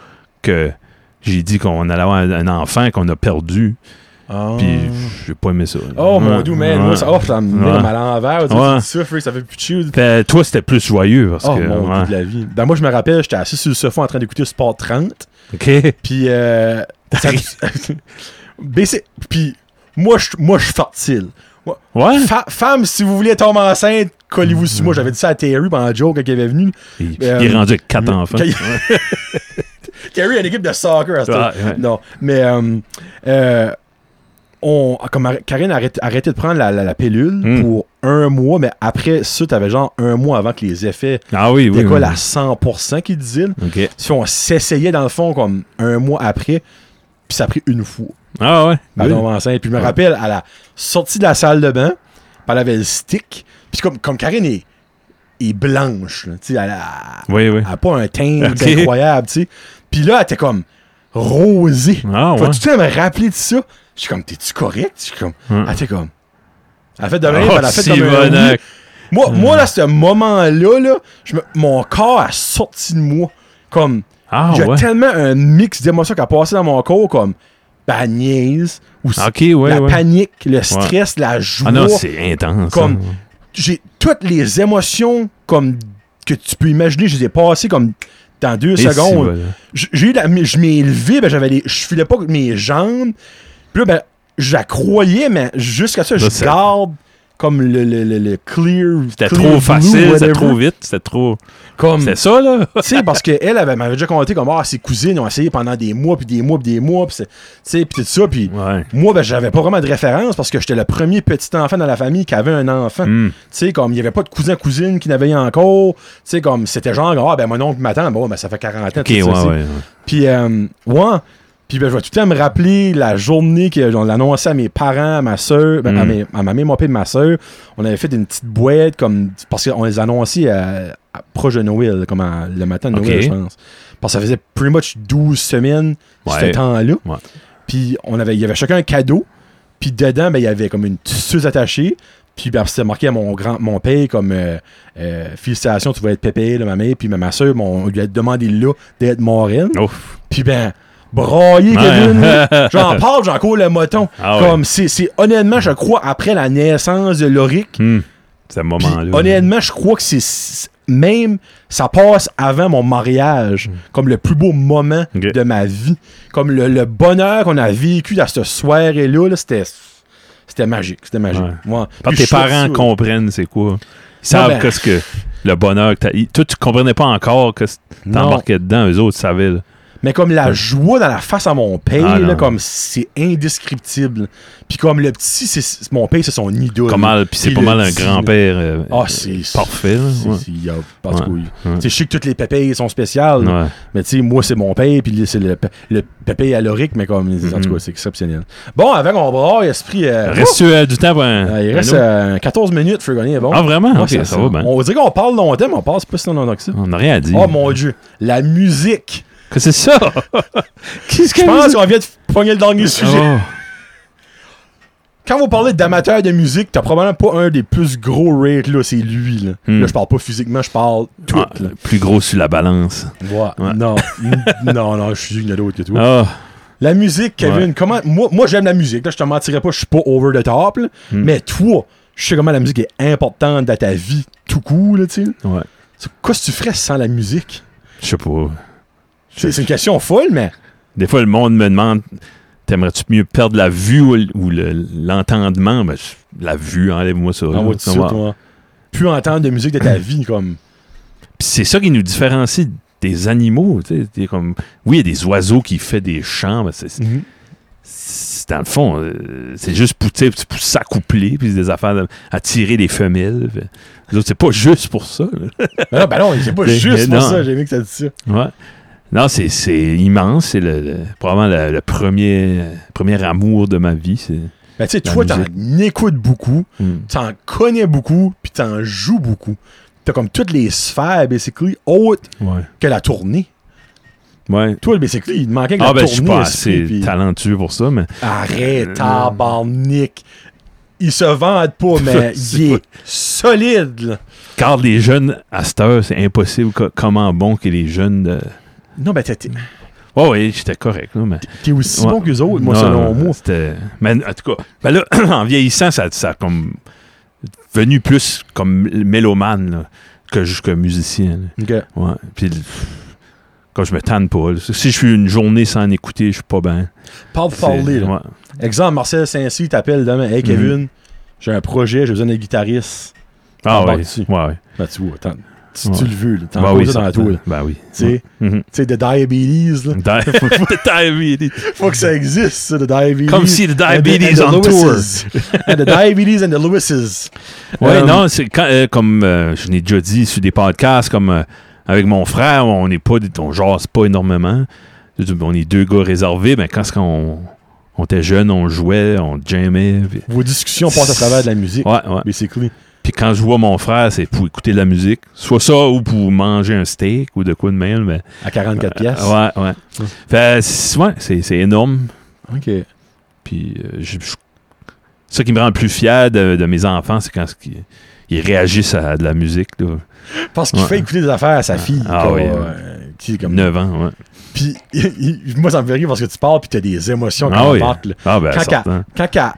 [SPEAKER 2] que j'ai dit qu'on allait avoir un, un enfant qu'on a perdu.
[SPEAKER 1] Ah.
[SPEAKER 2] Puis, j'ai pas aimé ça.
[SPEAKER 1] Oh mon
[SPEAKER 2] Ouais,
[SPEAKER 1] dieu, man. Moi,
[SPEAKER 2] ouais.
[SPEAKER 1] ça, oh, ça me met
[SPEAKER 2] Ouais.
[SPEAKER 1] comme à l'envers. Tu sais,
[SPEAKER 2] Ouais.
[SPEAKER 1] tu dis ça, freak, ça fait plus de chill.
[SPEAKER 2] Fait, toi, c'était plus joyeux parce
[SPEAKER 1] Oh
[SPEAKER 2] que.
[SPEAKER 1] mon
[SPEAKER 2] ouais.
[SPEAKER 1] dieu de la vie. Ben, moi, je me rappelle, j'étais assis sur le sofa en train d'écouter Sport 30.
[SPEAKER 2] Ok.
[SPEAKER 1] Puis. Euh, ça- Ben, c'est- Puis, moi, je moi, je suis fertile.
[SPEAKER 2] Ouais.
[SPEAKER 1] Fa- femme, si vous voulez tomber enceinte, collez-vous sur moi. J'avais dit ça à Terry pendant Joe quand il avait venu.
[SPEAKER 2] Il,
[SPEAKER 1] Euh,
[SPEAKER 2] il est rendu avec quatre enfants.
[SPEAKER 1] Terry Terry a une équipe de soccer à ce
[SPEAKER 2] Ah,
[SPEAKER 1] temps.
[SPEAKER 2] ouais.
[SPEAKER 1] Non, mais euh, euh, on, ah, comme arr- Karine a arrêté, arrêté de prendre la, la- la pilule
[SPEAKER 2] Hmm.
[SPEAKER 1] pour un mois, mais après ça, t'avais genre un mois avant que les effets
[SPEAKER 2] Ah oui, oui.
[SPEAKER 1] décollent
[SPEAKER 2] oui.
[SPEAKER 1] à 100% qu'ils disaient.
[SPEAKER 2] Ok.
[SPEAKER 1] Si on s'essayait dans le fond comme un mois après, puis ça a pris une fois.
[SPEAKER 2] Ah ouais.
[SPEAKER 1] Elle
[SPEAKER 2] Good.
[SPEAKER 1] tombe enceinte. Puis je me
[SPEAKER 2] Ouais.
[SPEAKER 1] rappelle, à la sortie de la salle de bain, puis elle avait le stick. Puis comme, comme Karine est, est blanche, là, tu sais, elle a,
[SPEAKER 2] Oui, oui.
[SPEAKER 1] elle a pas un teint
[SPEAKER 2] Ok.
[SPEAKER 1] incroyable, tu sais. Puis là, elle était comme rosée.
[SPEAKER 2] Ah
[SPEAKER 1] Faut
[SPEAKER 2] ouais.
[SPEAKER 1] tout le temps me rappeler de ça. Je suis comme, t'es-tu correct? Je suis comme,
[SPEAKER 2] Hum.
[SPEAKER 1] elle était comme. Elle a fait de même,
[SPEAKER 2] Oh, Hmm.
[SPEAKER 1] elle a fait comme un oui.
[SPEAKER 2] Simonac.
[SPEAKER 1] Moi, moi, là, ce moment-là, là, je me- mon corps a sorti de moi. Comme,
[SPEAKER 2] Ah
[SPEAKER 1] j'ai
[SPEAKER 2] ouais.
[SPEAKER 1] tellement un mix d'émotions qui a passé dans mon corps, comme, ben, elle niaise, ou c'est-
[SPEAKER 2] Ok, ouais,
[SPEAKER 1] la
[SPEAKER 2] ouais.
[SPEAKER 1] panique, le stress, la joie.
[SPEAKER 2] Ah non, c'est intense.
[SPEAKER 1] Comme-
[SPEAKER 2] hein.
[SPEAKER 1] j'ai toutes les émotions comme que tu peux imaginer, je les ai passées comme dans deux
[SPEAKER 2] Et si,
[SPEAKER 1] secondes.
[SPEAKER 2] voilà.
[SPEAKER 1] J- J'ai eu la, mais je m'ai levé, ben j'avais les, je filais pas avec mes jambes. Puis là, ben, je la croyais, mais jusqu'à ça,
[SPEAKER 2] Là,
[SPEAKER 1] je
[SPEAKER 2] c'est-
[SPEAKER 1] garde comme le, le, le, le clear.
[SPEAKER 2] C'était
[SPEAKER 1] clear
[SPEAKER 2] trop
[SPEAKER 1] blue,
[SPEAKER 2] facile, c'était
[SPEAKER 1] whatever.
[SPEAKER 2] trop vite, c'était trop.
[SPEAKER 1] Comme,
[SPEAKER 2] C'était ça, là?
[SPEAKER 1] tu sais, parce qu'elle avait- m'avait déjà commenté comme, ah, ses cousines ont essayé pendant des mois, puis des mois, puis des mois, puis c'est- tu sais, puis tout ça, puis
[SPEAKER 2] Ouais.
[SPEAKER 1] moi, ben, j'avais pas vraiment de référence parce que j'étais le premier petit enfant dans la famille qui avait un enfant.
[SPEAKER 2] Hmm.
[SPEAKER 1] Tu sais, comme, il n'y avait pas de cousin-cousine qui n'avait encore. Tu sais, comme, c'était genre, ah, ben, mon oncle m'attend. Bon, ben, ça fait 40 ans.
[SPEAKER 2] Ok,
[SPEAKER 1] tout
[SPEAKER 2] ouais,
[SPEAKER 1] ça, tu sais.
[SPEAKER 2] ouais.
[SPEAKER 1] Puis, euh, ouais. Puis, ben, je vais tout le temps me rappeler la journée qu'on l'annonçait à mes parents, à ma soeur, ben,
[SPEAKER 2] Mm.
[SPEAKER 1] à, mes- à ma mère, mon père et ma soeur. On avait fait une petite boîte, comme, parce qu'on les annonçait à, à- proche de Noël, comme à- le matin de
[SPEAKER 2] Ok.
[SPEAKER 1] Noël, je pense. Parce que ça faisait pretty much 12 semaines,
[SPEAKER 2] Ouais.
[SPEAKER 1] ce temps-là.
[SPEAKER 2] Ouais.
[SPEAKER 1] Puis, on avait, il y avait chacun un cadeau. Puis, dedans, ben, il y avait comme une tisseuse attachée. Puis, ben, c'était marqué à mon grand, mon père, comme, euh, euh, félicitations, tu vas être pépé, là, ma mère. Puis, ben, ma soeur, on lui a demandé là d'être marraine.
[SPEAKER 2] Ouf.
[SPEAKER 1] Puis ben, brailler Kevin. là. J'en parle, j'en cours le moton.
[SPEAKER 2] Ah ouais.
[SPEAKER 1] comme c'est, c'est honnêtement, je crois, après la naissance de Loric.
[SPEAKER 2] Hmm. C'est un
[SPEAKER 1] puis
[SPEAKER 2] moment-là.
[SPEAKER 1] honnêtement, je crois que c'est- c'est même ça passe avant mon mariage comme le plus beau moment
[SPEAKER 2] Hmm. Ok.
[SPEAKER 1] de ma vie. Comme le, le bonheur qu'on a vécu dans cette soirée-là, là, c'était. C'était magique, c'était magique. Ouais.
[SPEAKER 2] Quand
[SPEAKER 1] Puis
[SPEAKER 2] tes
[SPEAKER 1] je suis
[SPEAKER 2] parents
[SPEAKER 1] sûr-
[SPEAKER 2] comprennent c'est quoi. Ils savent
[SPEAKER 1] ben-
[SPEAKER 2] qu'est-ce que le bonheur que t'as. ils- Toi, tu comprenais pas encore que c-
[SPEAKER 1] Non.
[SPEAKER 2] t'embarquais dedans, eux autres savaient. là.
[SPEAKER 1] Mais comme la joie dans la face à mon père,
[SPEAKER 2] Ah,
[SPEAKER 1] là,
[SPEAKER 2] non.
[SPEAKER 1] comme c'est indescriptible. Puis comme le petit, c'est, mon père, c'est son idole.
[SPEAKER 2] Comment, puis c'est
[SPEAKER 1] Puis
[SPEAKER 2] pas
[SPEAKER 1] le
[SPEAKER 2] mal un
[SPEAKER 1] petit-
[SPEAKER 2] grand-père euh,
[SPEAKER 1] Ah, c'est
[SPEAKER 2] parfait. là,
[SPEAKER 1] C'est-
[SPEAKER 2] ouais.
[SPEAKER 1] c'est- y a- en tout cas,
[SPEAKER 2] Ouais.
[SPEAKER 1] y- tu sais, Je sais que toutes les pépés sont spéciales,
[SPEAKER 2] Ouais.
[SPEAKER 1] mais tu sais, moi, c'est mon père, puis c'est le, pe- le pépé alorique, mais comme, en tout
[SPEAKER 2] Mhm.
[SPEAKER 1] cas, c'est exceptionnel. Bon, avant qu'on braille, esprit. euh,
[SPEAKER 2] Reste-tu euh, du temps pour un.
[SPEAKER 1] ouf! Euh, il
[SPEAKER 2] un
[SPEAKER 1] reste
[SPEAKER 2] autre?
[SPEAKER 1] euh, 14 minutes, Frégonin, bon.
[SPEAKER 2] Ah, vraiment?
[SPEAKER 1] Ouais,
[SPEAKER 2] Ok, ça, va bien.
[SPEAKER 1] On dirait qu'on parle longtemps, mais on passe pas si longtemps que ça.
[SPEAKER 2] On n'a rien à dire.
[SPEAKER 1] Oh mon dieu, la musique!
[SPEAKER 2] Que c'est ça? Qu'est-ce que
[SPEAKER 1] Je pense qu'on vient de pogner le dernier sujet.
[SPEAKER 2] Oh.
[SPEAKER 1] Quand vous parlez d'amateurs de musique, t'as probablement pas un des plus gros rates, là, c'est lui, là.
[SPEAKER 2] Hmm.
[SPEAKER 1] Là, je parle pas physiquement, je parle tout,
[SPEAKER 2] Ah,
[SPEAKER 1] là.
[SPEAKER 2] plus gros sur la balance.
[SPEAKER 1] Ouais.
[SPEAKER 2] Ouais.
[SPEAKER 1] Non, non, non, je suis une d'autres que toi.
[SPEAKER 2] Ah,
[SPEAKER 1] La musique, Kevin, comment. Moi, moi j'aime la musique. Là, je te mentirais pas, je suis pas over the top. là.
[SPEAKER 2] Hmm.
[SPEAKER 1] Mais toi, je sais comment la musique est importante dans ta vie tout court, là, tu sais.
[SPEAKER 2] ouais.
[SPEAKER 1] C'est- Qu'est-ce que tu ferais sans la musique?
[SPEAKER 2] Je sais pas.
[SPEAKER 1] C'est c'est une question folle, mais.
[SPEAKER 2] Des fois, le monde me demande T'aimerais-tu mieux perdre la vue ou l- ou le- l'entendement Ben, je- La vue, enlève-moi ça. là.
[SPEAKER 1] En Ah tout de
[SPEAKER 2] Ça
[SPEAKER 1] suite,
[SPEAKER 2] va.
[SPEAKER 1] moi. Plus entendre de musique de ta vie, comme.
[SPEAKER 2] Puis c'est ça qui nous différencie des animaux. tu sais. T'es comme... Oui, il y a des oiseaux qui font des chants, mais c'est- c'est dans le fond, euh, c'est juste pour, tu sais, pour s'accoupler, puis c'est des affaires de- attirer les femelles. Fait, les autres, c'est pas juste pour ça. là.
[SPEAKER 1] Ben non, ben non, c'est pas
[SPEAKER 2] Mais-
[SPEAKER 1] juste
[SPEAKER 2] mais
[SPEAKER 1] pour
[SPEAKER 2] non.
[SPEAKER 1] ça, j'ai aimé que t'as dit ça.
[SPEAKER 2] Ouais. Non, c'est, c'est immense. C'est le, le- probablement le, le premier, euh, premier amour de ma vie. C'est...
[SPEAKER 1] Ben tu sais,
[SPEAKER 2] La
[SPEAKER 1] toi, t'en écoutes beaucoup,
[SPEAKER 2] Hmm.
[SPEAKER 1] t'en connais beaucoup, puis t'en joues beaucoup. T'as comme toutes les sphères, basically, autres
[SPEAKER 2] Ouais.
[SPEAKER 1] que la tournée.
[SPEAKER 2] Ouais.
[SPEAKER 1] Toi, le basically, il te manquait que
[SPEAKER 2] Ah
[SPEAKER 1] la
[SPEAKER 2] ben,
[SPEAKER 1] tournée.
[SPEAKER 2] je suis pas
[SPEAKER 1] esprit,
[SPEAKER 2] assez
[SPEAKER 1] puis-
[SPEAKER 2] talentueux pour ça, mais
[SPEAKER 1] Arrête,
[SPEAKER 2] Euh,
[SPEAKER 1] tabarnak. Ils se vendent pas, mais
[SPEAKER 2] Je sais
[SPEAKER 1] il est solide. là.
[SPEAKER 2] car les jeunes à cette heure, c'est impossible co- comment bon que les jeunes de...
[SPEAKER 1] Non, ben t'es, t'es-
[SPEAKER 2] Ouais, ouais, j'étais correct, là, mais...
[SPEAKER 1] t'es aussi
[SPEAKER 2] Ouais.
[SPEAKER 1] bon que les autres, moi,
[SPEAKER 2] Non,
[SPEAKER 1] selon moi.
[SPEAKER 2] C'était... Mais en tout cas, ben là, en vieillissant, ça, ça a comme... Venu plus comme m- mélomane, là, que juste que musicien, là.
[SPEAKER 1] Ok.
[SPEAKER 2] Ouais. Puis... le- Quand je me tanne pas, là. si je suis une journée sans écouter, je suis pas bien.
[SPEAKER 1] Parle
[SPEAKER 2] C'est-
[SPEAKER 1] parler. là.
[SPEAKER 2] ouais. Mm-hmm.
[SPEAKER 1] Exemple, Marcel Saint-Cy t'appelle demain. Hey, Kevin, j'ai un projet, j'ai besoin d'un guitariste.
[SPEAKER 2] Ah ouais,
[SPEAKER 1] Embarque-tu.
[SPEAKER 2] ouais, ouais.
[SPEAKER 1] Ben, tu vois, t'en- tu,
[SPEAKER 2] Ouais.
[SPEAKER 1] tu le veux, là. T'en
[SPEAKER 2] Ben
[SPEAKER 1] poses
[SPEAKER 2] oui,
[SPEAKER 1] ça dans
[SPEAKER 2] ça-
[SPEAKER 1] la tour, là.
[SPEAKER 2] Ben oui.
[SPEAKER 1] Tu sais,
[SPEAKER 2] Mhm.
[SPEAKER 1] tu sais, de diabetes, là.
[SPEAKER 2] Diabetes.
[SPEAKER 1] Faut que ça existe, ça, de diabetes.
[SPEAKER 2] Comme si le
[SPEAKER 1] And the-
[SPEAKER 2] diabetes
[SPEAKER 1] and
[SPEAKER 2] on
[SPEAKER 1] the
[SPEAKER 2] tour.
[SPEAKER 1] Lewises. and the diabetes and the Lewises.
[SPEAKER 2] Ouais,
[SPEAKER 1] Euh,
[SPEAKER 2] non, c'est quand, euh, comme euh, je l'ai déjà dit sur des podcasts, comme euh, avec mon frère, on n'est pas, on jase pas énormément. On est deux gars réservés, mais quand, c'est quand on, on était jeune, on jouait, on jammait. puis-
[SPEAKER 1] Vos discussions passent à travers de la musique.
[SPEAKER 2] Ouais, ouais.
[SPEAKER 1] Basically.
[SPEAKER 2] Puis quand je vois mon frère, c'est pour écouter de la musique. Soit ça ou pour manger un steak ou de quoi de même. Mais,
[SPEAKER 1] À 44
[SPEAKER 2] Euh,
[SPEAKER 1] piastres.
[SPEAKER 2] ouais, ouais. Fait, c'est- ouais, c'est c'est énorme.
[SPEAKER 1] Ok.
[SPEAKER 2] Puis euh, je- je- ça qui me rend le plus fier de, de mes enfants, c'est quand ce qui- ils réagissent à de la musique. Là.
[SPEAKER 1] Parce qu'il
[SPEAKER 2] Ouais.
[SPEAKER 1] fait écouter des affaires à sa fille.
[SPEAKER 2] Ah
[SPEAKER 1] comme,
[SPEAKER 2] oui, ouais.
[SPEAKER 1] euh, qui est comme...
[SPEAKER 2] 9 ans, ouais.
[SPEAKER 1] Puis, il- il- moi, ça me fait rire parce que tu parles puis t'as des émotions
[SPEAKER 2] Ah
[SPEAKER 1] quand
[SPEAKER 2] oui.
[SPEAKER 1] elle parle, là.
[SPEAKER 2] Ah ben,
[SPEAKER 1] Quand
[SPEAKER 2] certain.
[SPEAKER 1] Quand qu'elle